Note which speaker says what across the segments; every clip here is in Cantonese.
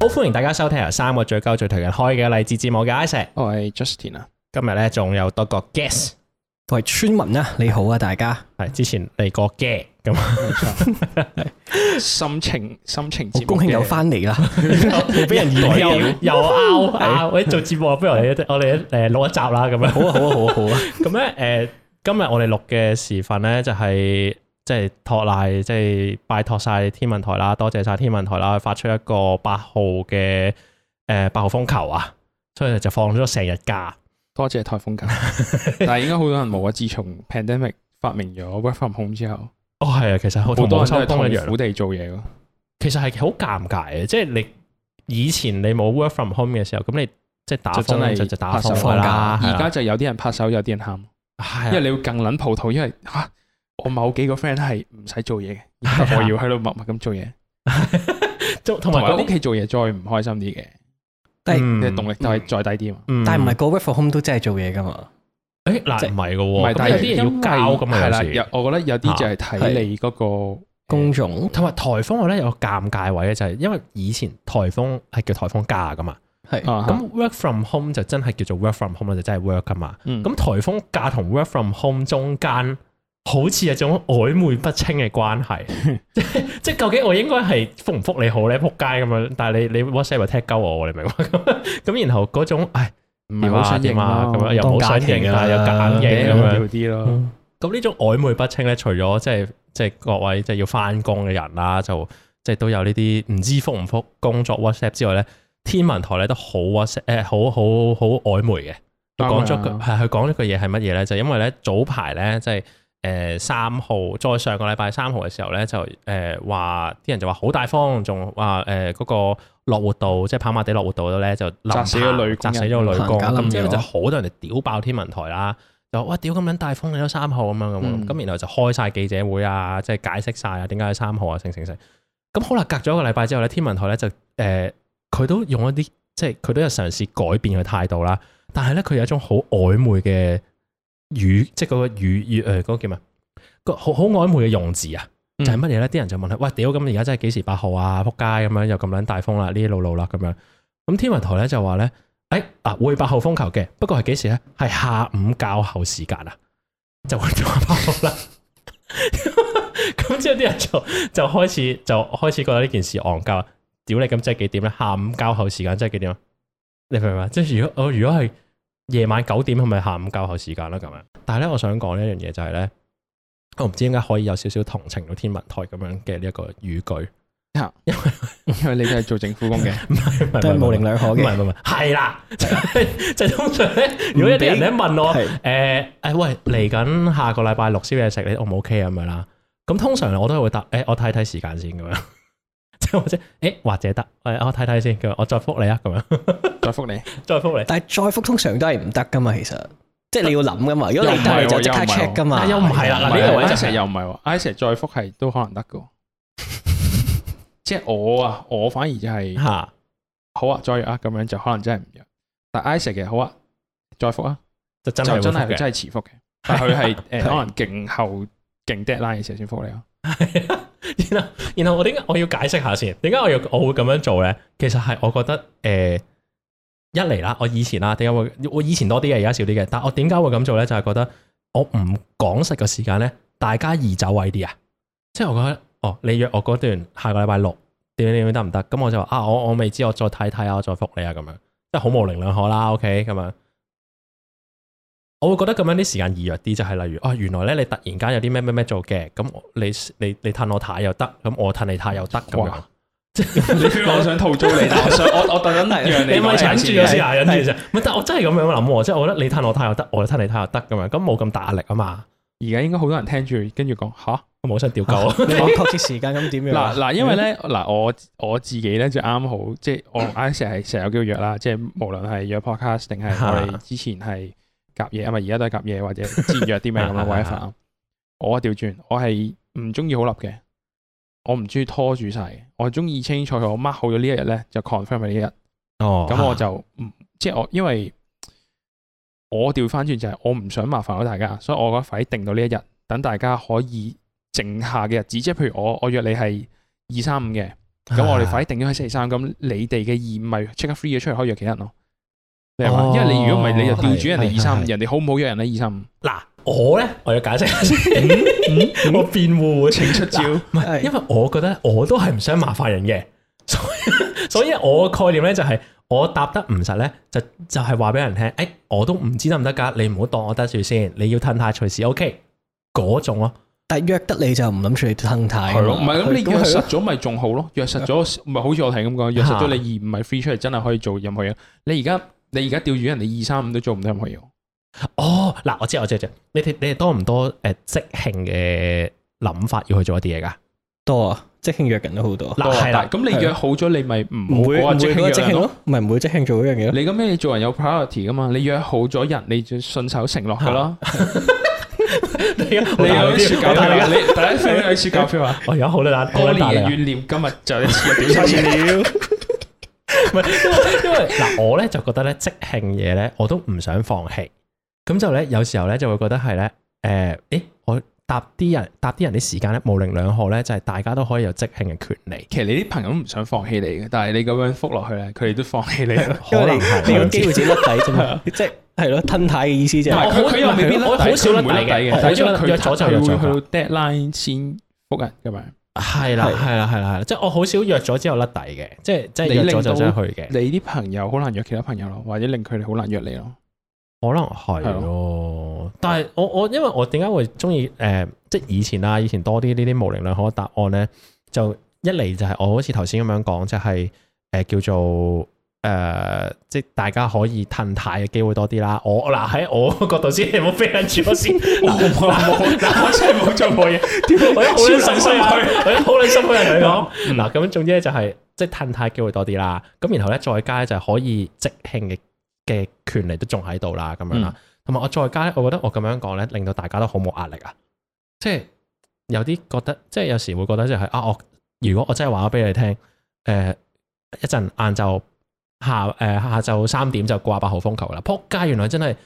Speaker 1: 歡迎大家收聽由三個最鳩最頹人開嘅勵志節目嘅 Isaac。
Speaker 2: 我係 Justin 啊，
Speaker 1: 今日咧仲有多個 guest，
Speaker 3: 我係村民啊，你好啊，大家。
Speaker 1: 係之前嚟過嘅咁。啊
Speaker 2: 冇錯心情心情節
Speaker 3: 我
Speaker 2: 目
Speaker 3: 公
Speaker 2: 嘅
Speaker 3: 慶又翻嚟啦，
Speaker 1: 又俾人
Speaker 3: 改
Speaker 1: 又又拗拗，喂，做節目啊，不如我哋我哋誒錄一集啦，咁樣。好啊，好啊，好啊，好啊。咁咧誒，今日我哋錄嘅時份咧，就係即係托賴，即係拜託晒天文台啦，多謝晒天文台啦，發出一個八號嘅誒八號風球啊，所以就放咗成日假。
Speaker 2: 多謝颱 風假，但係應該好多人冇啊。自從 pandemic 發明咗 work from home 之後，
Speaker 1: 哦，係啊，其實好
Speaker 2: 好
Speaker 1: 同
Speaker 2: 多
Speaker 1: 冇
Speaker 2: 人
Speaker 1: 收
Speaker 2: 都係
Speaker 1: 工一
Speaker 2: 痛
Speaker 1: 樣
Speaker 2: 苦。地做嘢咯。
Speaker 1: 其實係好尷尬嘅，即係你以前你冇 work from home 嘅時候，咁你即係打
Speaker 2: 就真
Speaker 1: 風
Speaker 2: 係
Speaker 1: 就就打
Speaker 2: 拍手
Speaker 1: 風㗎啊啦。
Speaker 2: 而家就有啲人拍手，有啲人喊，
Speaker 1: 係啊
Speaker 2: 因為你會更撚葡萄，因為嚇我某幾個 friend 係唔使做嘢嘅，而
Speaker 1: 係啊
Speaker 2: 家我要喺度默默咁做嘢，
Speaker 1: 同同
Speaker 2: 同
Speaker 1: 埋
Speaker 2: 埋
Speaker 1: 嗰
Speaker 2: 喺
Speaker 1: 啲
Speaker 2: 屋企做嘢再唔開心啲嘅，
Speaker 3: 但係
Speaker 1: 嗯
Speaker 2: 即係動力都係再低啲嘛。
Speaker 1: 嗯
Speaker 3: 但係唔係個 work from home 都真係做嘢噶嘛？
Speaker 1: 誒嗱
Speaker 3: 即係
Speaker 1: 唔係嘅
Speaker 2: 唔
Speaker 1: 喎，咁
Speaker 2: 係，但
Speaker 1: 有
Speaker 2: 係
Speaker 1: 啲嘢要交咁
Speaker 2: 係
Speaker 1: 啊
Speaker 2: 啦，
Speaker 1: 有
Speaker 2: 有
Speaker 1: 時。啊
Speaker 2: 我覺得有啲就係睇你嗰個
Speaker 3: 公眾
Speaker 1: 同埋颱風我咧有個尷尬位嘅就係，因為以前颱風係叫颱風假噶嘛，
Speaker 3: 係
Speaker 2: 啊
Speaker 1: 咁 work from home 就真係叫做 work from home 啦，就真係 work 噶嘛。
Speaker 2: 嗯
Speaker 1: 咁颱風假同 work from home 中間好似有種曖昧不清嘅關係，即即究竟我應該係覆唔覆你好咧？撲街咁樣，但係你你 WhatsApp 又踢鳩我，你明 嘛？咁咁然後嗰種唉
Speaker 2: 唔
Speaker 1: 點
Speaker 2: 係好
Speaker 1: 啊
Speaker 2: 想
Speaker 1: 點
Speaker 2: 認
Speaker 1: 啊
Speaker 2: 啊
Speaker 1: 咁樣，又冇想認啊，
Speaker 3: 當假期㗎啦
Speaker 1: 又夾硬
Speaker 2: 嘢
Speaker 1: 認咁樣
Speaker 2: 咁。嗯啲咯。
Speaker 1: 咁呢種曖昧不清咧，除咗即係即係各位即係要翻工嘅人啦，就即係都有呢啲唔知覆唔覆工作 WhatsApp 之外咧，天文台咧都好 WhatsApp 誒、好好好曖昧嘅。
Speaker 2: 啊
Speaker 1: 佢講咗句
Speaker 2: 當然
Speaker 1: 係佢講咗句嘢係乜嘢咧？就因為咧早排咧即係誒三號，再上個禮拜三號嘅時候咧就誒話啲人就話好大風，仲話誒嗰個落活道即係跑馬地落活道嗰度咧就冧
Speaker 2: 砸死咗
Speaker 1: 棚
Speaker 2: 女
Speaker 1: 砸
Speaker 2: 工人
Speaker 1: 死咗個女工，
Speaker 3: 棚架冧
Speaker 1: 咁之後
Speaker 3: 咗
Speaker 1: 就好多人嚟屌爆天文台啦。就哇屌咁撚大風，你都三號咁樣咁樣，
Speaker 2: 嗯
Speaker 1: 咁、然後就開晒記者會啊，即係解釋晒啊，點解係三號啊，成成成。咁好啦，隔咗一個禮拜之後咧，天文台咧就誒，呃佢、都用一啲即係佢都有嘗試改變佢態度啦，但係咧佢有一種好曖昧嘅語，即係嗰個語語誒嗰、個叫咩？個好好曖昧嘅用字啊！就
Speaker 2: 嗯
Speaker 1: 係乜嘢咧？啲人就問佢：喂，屌！咁而家真係幾時八號啊？仆街咁樣又咁撚大風啦，呢啲路路啦咁樣。咁天文台咧就話咧：誒、啊，會八號風球嘅，不過係幾時咧？係下午較後時間啊，就會做八號啦。 咁之後啲人就就開始就開始覺得呢件事戇鳩啊！屌你咁即係幾點咧？下午較後時間即係幾點啊？你明唔明啊？即係如果我如果係夜晚九點，係咪下午較後時間啦？咁樣。但係咧，我想講呢一樣嘢就係咧。我唔知點解可以有少少同情到天文台咁樣嘅呢一個語句，
Speaker 2: 因為你都係做政府工嘅，
Speaker 1: 唔係唔係
Speaker 3: 都係模棱
Speaker 1: 唔
Speaker 3: 兩可
Speaker 1: 係唔係
Speaker 3: 嘅。嗯
Speaker 1: 唔係唔係，係啦， 就係就係通常咧，如果有啲人咧問我，誒
Speaker 3: 係
Speaker 1: 誒、喂嚟緊下個禮拜六宵夜食，你 O 唔 OK 啊咁樣啦？咁通常我都係會答，誒、我睇睇時間先咁樣， 即係或者誒、或者得，誒、我睇睇先，咁樣我再覆你啊咁樣，
Speaker 2: 再覆你。
Speaker 1: 再覆你。
Speaker 3: 但係再覆通常都係唔得噶嘛，其實即係你要諗噶嘛。如
Speaker 2: 又
Speaker 3: 果你
Speaker 2: 唔係
Speaker 3: 得你就
Speaker 2: 喎
Speaker 3: 即刻
Speaker 2: 又唔係喎
Speaker 3: check 噶嘛。
Speaker 1: 但又唔係啦嗱呢個位就係
Speaker 2: i s a 又唔係喎 i s a 再覆係都可能得嘅喎。即係我啊，我反而就
Speaker 3: 嗯
Speaker 2: 係
Speaker 1: 吓，
Speaker 2: 好啊，再約啊，咁樣就可能真係唔約。但 i s a 嘅好啊，再覆啊，
Speaker 1: 就真
Speaker 2: 就
Speaker 1: 係
Speaker 2: 真
Speaker 1: 係
Speaker 2: 係
Speaker 1: 嘅，
Speaker 2: 真係遲覆嘅。但佢係誒可能勁後勁 deadline 嘅時候先覆你咯。
Speaker 1: 然後然後我點解我要解釋下先？點解我要我會咁樣做咧？其實係我覺得誒、呃一嚟啦，我以前啦，點解會我以前多啲嘅，而家少啲嘅。但我點解會咁做咧？就係、覺得我唔講實個時間咧，大家易走位啲啊。即係我覺得哦，你約我嗰段下個禮拜六點點點得唔得？咁我就話啊，我我未知，我再睇睇啊，我再覆你啊咁樣，即係好模棱兩可啦。OK 咁樣。我會覺得咁樣啲時間易約啲，就係、例如啊，原來咧你突然間有啲咩咩咩做嘅，咁我你你你褪我太又得，咁我褪你太又得咁樣
Speaker 2: 哇。我想吐槽你，但我想我我特 登 讓
Speaker 1: 你咪忍住
Speaker 2: 啊
Speaker 1: 啊！先啊，忍住先。唔係，但我真係咁樣諗喎，即係我覺得你攤我攤又得，我攤你攤又得咁樣，咁冇咁大壓力啊嘛，
Speaker 2: 而家應該好多人聽住，跟住講吓。
Speaker 1: 我冇想掉 鳩。
Speaker 3: 你講確切時間咁點樣啊
Speaker 2: 嗱？嗱，因 為咧嗱，我我自己咧就啱好，即係我 I 成係成日有機會約啦，即係無論係約 podcast 定 係我哋之前係夾嘢啊嘛，而家都係夾嘢或者之前約啲咩咁
Speaker 1: 啊啊
Speaker 2: 啦
Speaker 1: 啊
Speaker 2: ，whatever。我調轉，我係唔中意好立嘅，我唔中意拖住晒嘅，我中意清楚佢，我 mark 好咗呢一日咧就 confirm 係呢一日，
Speaker 1: 哦
Speaker 2: 咁我就唔即係我因為我調翻轉就係我唔想麻煩到大家，所以我覺得快啲定到呢一日，等大家可以靜下嘅日子，即係譬如我我約你係二三五嘅。
Speaker 1: 啊
Speaker 2: 咁我哋快啲定咗喺星期三，咁你哋嘅二咪即刻 free 咗出嚟可以約其他人咯。你係
Speaker 1: 哦
Speaker 2: 話，因為你如果唔係，你就調轉人
Speaker 1: 係係
Speaker 2: 哋二三五，
Speaker 1: 係
Speaker 2: 人哋好唔好約人咧？二三五
Speaker 1: 嗱，我咧我要解釋下
Speaker 2: 嗯
Speaker 1: 先，我辯護會
Speaker 2: 請出招，
Speaker 1: 唔係，因為我覺得我都係唔想麻煩人嘅， 所以所以我嘅概念咧就係、我答得唔實咧，就就係話俾人聽，誒、我都唔知得唔得㗎，你唔好當我得住先，你要褪下隨時 OK 嗰種咯。
Speaker 3: 但係約得你就唔諗住你吞太
Speaker 2: 係咯，唔係咁你約
Speaker 3: 係
Speaker 2: 實
Speaker 3: 咯
Speaker 2: 咗咪仲好咯？約實咗唔係好似我哋咁講，約實咗你二五咪 free 出嚟，真係可以做任何嘢。你而家你而家調轉人哋二三五都做唔到任何嘢喎。
Speaker 1: 哦，嗱，我知我知我知，你哋你哋多唔多誒、呃即興嘅諗法要去做一啲嘢㗎？
Speaker 3: 多啊，即興約人都好多，
Speaker 2: 啊哦
Speaker 1: 嗱係啦，
Speaker 2: 咁你約好咗你咪
Speaker 3: 唔
Speaker 2: 唔好
Speaker 3: 會唔
Speaker 2: 嗰日即
Speaker 3: 會嗰
Speaker 2: 刻
Speaker 3: 個
Speaker 2: 約
Speaker 3: 即
Speaker 2: 人
Speaker 3: 興
Speaker 2: 咯。
Speaker 3: 咯，唔係唔會即興做嗰樣嘢咯。
Speaker 2: 你咁樣做人有 priority 噶嘛？你約好咗人，你就信守承諾噶啦。
Speaker 1: 你你有
Speaker 2: 你有啲説教
Speaker 1: 我大力
Speaker 2: 啦，
Speaker 1: 啊
Speaker 2: 你第一 f 有説教 feel 啊！
Speaker 1: 我而家好啦，
Speaker 2: 多
Speaker 1: 我
Speaker 2: 年
Speaker 1: 大力啊
Speaker 2: 嘅怨念，今日就一次嘅屌柒
Speaker 3: 料
Speaker 1: 唔係，因為因為嗱，我咧就覺得咧即興嘢咧，我都唔想放棄。咁就咧，有時候咧就會覺得係呃咧，誒、咦，我搭啲人搭啲人啲時間咧，模棱兩可咧，就係、大家都可以有即興嘅權利。
Speaker 2: 其實你啲朋友都唔想放棄你嘅，但係你咁樣覆落去咧，佢哋都放棄你啦。
Speaker 1: 可
Speaker 3: 因為
Speaker 1: 能啊係
Speaker 3: 你你有機會自己甩底啫嘛，即係係咯，吞太嘅意思啫。
Speaker 2: 唔係
Speaker 1: 我
Speaker 2: 佢
Speaker 1: 好
Speaker 2: 佢又未必
Speaker 1: 我
Speaker 2: 甩底
Speaker 1: 好少甩
Speaker 2: 佢唔會
Speaker 1: 底嘅
Speaker 2: 但
Speaker 1: 我
Speaker 2: 係因為
Speaker 1: 約
Speaker 2: 佢
Speaker 1: 約咗就約
Speaker 2: 佢
Speaker 1: 咗㗎
Speaker 2: 會去到 deadline 先覆人咁樣。
Speaker 1: 係啦，係啦，係啦，係啦，即係我好少約咗之後甩底嘅，即係即係
Speaker 2: 你
Speaker 1: 約咗
Speaker 2: 令
Speaker 1: 就
Speaker 2: 到
Speaker 1: 想去嘅，
Speaker 2: 你啲朋友好難約其他朋友咯，或者令佢哋好難約你咯。
Speaker 1: 可能係
Speaker 2: 係
Speaker 1: 咯。但係我我因為我點解會中意誒，即係以前啊，以前多啲呢啲模棱兩可嘅答案咧，就一嚟就係我好似頭先咁樣講，就係、誒、叫做誒、即係大家可以褪太嘅機會多啲啦。我嗱喺我角度先，你唔好飛緊住我先。 我我我真係冇做過嘢，我一好撚心虛啊，我一好撚心虛啊同你講。嗱咁總之咧就係即係褪太機會多啲啦。咁然後咧再加咧就係可以即興嘅嘅權利都仲喺度啦，咁樣啦。同埋我再加咧，我覺得我咁樣講咧，令到大家都好冇壓力啊。即係有啲覺得，即係有時會覺得就係、啊，我如果我真係話咗俾你聽，誒、一陣晏晝下誒、下晝三點就掛八號風球啦，撲街原來真係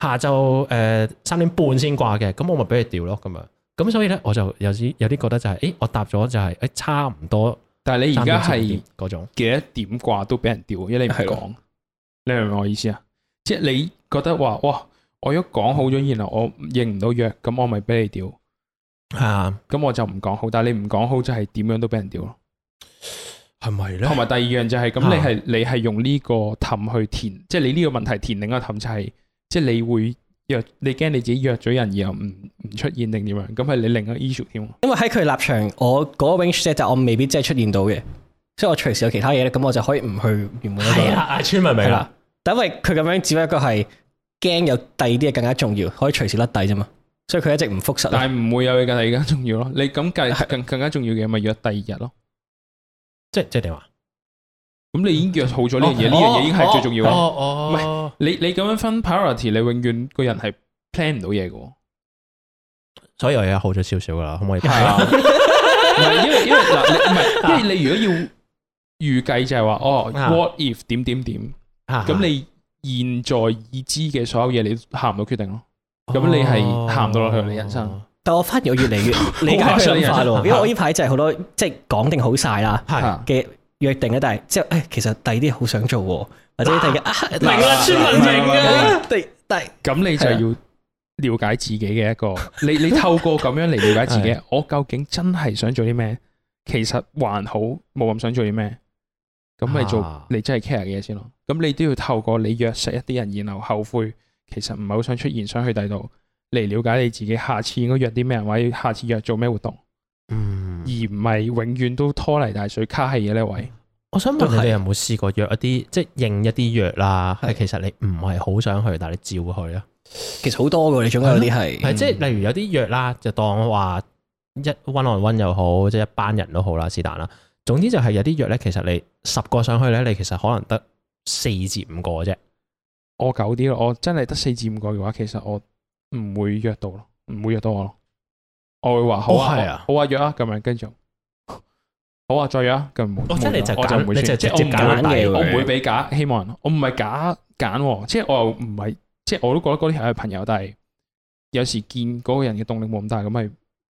Speaker 1: 下晝誒三點半先掛嘅，咁我咪俾你調咯咁樣。咁所以咧，我就有啲有啲覺得就係、誒、我答咗就係、誒、差唔多
Speaker 2: 但係你
Speaker 1: 3點至5點。
Speaker 2: 而家係
Speaker 1: 嗰種，
Speaker 2: 幾多點掛都俾人屌，因為你唔
Speaker 3: 係咯
Speaker 2: 講，你明唔明我意思啊？即係你覺得話哇，我一講好咗，然後我認唔到約，咁我咪俾你屌，
Speaker 1: 係啊，
Speaker 2: 咁我就唔講好。但係你唔講好，就係點樣都俾人屌咯。
Speaker 1: 係咪咧
Speaker 2: 同埋第二樣就係、咁，
Speaker 1: 啊
Speaker 2: 你係你係用呢個氹去填，即係你呢個問題填另一個氹就係、即係你會約，你驚你自己約咗人，然後唔唔出現定點樣？咁係你另一個 issue 添喎。
Speaker 3: 因為喺佢立場，我嗰個 range set 就我未必真係出現到嘅，所以我隨時有其他嘢咧，咁我就可以唔去原本嗰個
Speaker 1: 係啦，阿村明明啊
Speaker 3: 係
Speaker 1: 啦
Speaker 3: 啦，。但因為佢咁樣只不過係驚有第二啲嘢更加重要，可以隨時甩底啫嘛，所以佢一直唔復實咯。
Speaker 2: 但係唔會有嘢更加重要咯。你咁計更更加重要嘅咪約第二日咯。
Speaker 1: 即係即係點啊？
Speaker 2: 咁你已經約好咗呢樣嘢，
Speaker 1: 哦
Speaker 2: 呢樣嘢已經係最重要啦。
Speaker 1: 哦哦，
Speaker 2: 唔
Speaker 1: 係。
Speaker 2: 你你咁樣分 priority，你永遠個人係 plan 唔到嘢嘅喎。
Speaker 1: 所以我而家好咗少少噶啦，可唔可以？
Speaker 2: 啊，唔係因為因為嗱，你唔係因為你如果要預計就係話哦
Speaker 1: 啊
Speaker 2: ，what if 點點點，
Speaker 1: 啊
Speaker 2: 咁你現在已知嘅所有嘢你都下唔到決定咯。咁你
Speaker 1: 哦
Speaker 2: 係行到落去你人生
Speaker 3: 但我反而我越 嚟越理解佢諗法咯，因為我呢排真係好多即係講定好晒啦
Speaker 1: 係
Speaker 2: 啊
Speaker 3: 嘅約定咧，但係之後誒其實第二啲好想做喎，或者第二嘅啊
Speaker 1: 明啦，村民明
Speaker 3: 啊
Speaker 1: 嘅。
Speaker 3: 第但係
Speaker 2: 咁你就要了解自己嘅一個， 你你透過咁樣嚟了解自己，我究竟真係想做啲咩？其實還好，冇咁想做啲咩。咁咪做
Speaker 1: 啊
Speaker 2: 你真係 care 嘅嘢先咯。咁你都要透過你約實一啲人，然後後悔，其實唔係好想出現，想去第二度嚟了解你自己，下次應該約啲咩人，或者下次約做咩活動，
Speaker 1: 嗯
Speaker 2: 而，唔係永遠都拖泥帶水卡喺嘢呢位。
Speaker 1: 我想問你
Speaker 3: 都係
Speaker 1: 哋有冇試過約一啲即係應一啲約啦？係
Speaker 3: 係
Speaker 1: 其實你唔係好想去，但係你照去啊？
Speaker 3: 其實好多嘅，你總有啲係
Speaker 1: 係即係例如有啲約啦，就當話一 one on one 又好，即係一班人都好啦，是但啦。總之就係有啲約咧，其實你十個上去咧，你其實可能得四至五個啫。
Speaker 2: 我久啲咯，我真係得四至五個嘅話，其實我唔會約到咯，唔會約到我咯。我會話好
Speaker 1: 哦
Speaker 2: 啊，
Speaker 1: 係啊
Speaker 2: 好啊約啊咁樣，跟住就好啊再約啊咁冇。
Speaker 1: 哦即係你就
Speaker 2: 冇我就
Speaker 1: 揀
Speaker 2: 唔會
Speaker 1: 你就
Speaker 2: 算
Speaker 1: 直
Speaker 2: 即係
Speaker 1: 接
Speaker 2: 我唔
Speaker 1: 揀
Speaker 2: 會
Speaker 3: 揀嘅
Speaker 2: 我唔會
Speaker 3: 會
Speaker 2: 俾假希望人，我唔係假揀喎，即係我又唔係，即係我都覺得嗰啲係朋友，但係有時見嗰個人嘅動力冇咁大，咁咪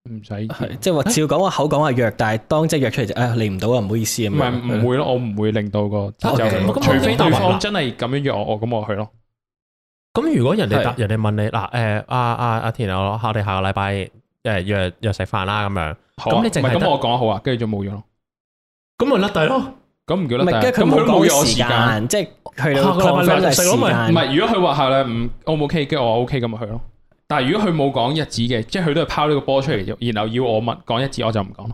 Speaker 2: 唔使唔
Speaker 3: 係即係話照講話口講話約，但係當即約出嚟就唉嚟唔到啊，唔好意思咁樣。
Speaker 2: 係唔會咯，我唔會令到個節奏
Speaker 1: 哦
Speaker 3: 啊，OK，
Speaker 2: 咁
Speaker 3: 咁
Speaker 2: 除
Speaker 3: 我
Speaker 2: 非
Speaker 1: 明白
Speaker 2: 對
Speaker 1: 啦
Speaker 2: 方真係咁樣約我，我咁我去咯。
Speaker 1: 咁如果人哋答
Speaker 3: 係
Speaker 1: 人哋問你嗱，誒阿阿阿田啊我我哋下個禮拜誒約約食飯啦咁樣，
Speaker 2: 好啊
Speaker 1: 咁你
Speaker 2: 唔
Speaker 1: 淨係
Speaker 2: 係咁
Speaker 1: 得
Speaker 2: 我講好啊，跟住就冇咗咯。
Speaker 1: 咁咪甩底咯。
Speaker 2: 咁唔叫
Speaker 3: 唔
Speaker 2: 得
Speaker 3: 係，
Speaker 2: 但
Speaker 3: 跟
Speaker 2: 係
Speaker 3: 住
Speaker 2: 咁
Speaker 3: 佢
Speaker 2: 佢
Speaker 3: 冇
Speaker 2: 都冇約我
Speaker 3: 講
Speaker 2: 時
Speaker 3: 時
Speaker 2: 間。
Speaker 3: 間，即係去到
Speaker 1: 下個禮拜兩
Speaker 3: confirm 就係
Speaker 1: 日食咯咪
Speaker 2: 唔
Speaker 3: 時間。
Speaker 2: 係，如果佢話下啦，唔 O 唔 OK，跟住我 OK 咁咪去咯。但係如果佢冇講日子嘅，即係佢都係拋呢個波出嚟，然後要我問講日子，我就唔講咯，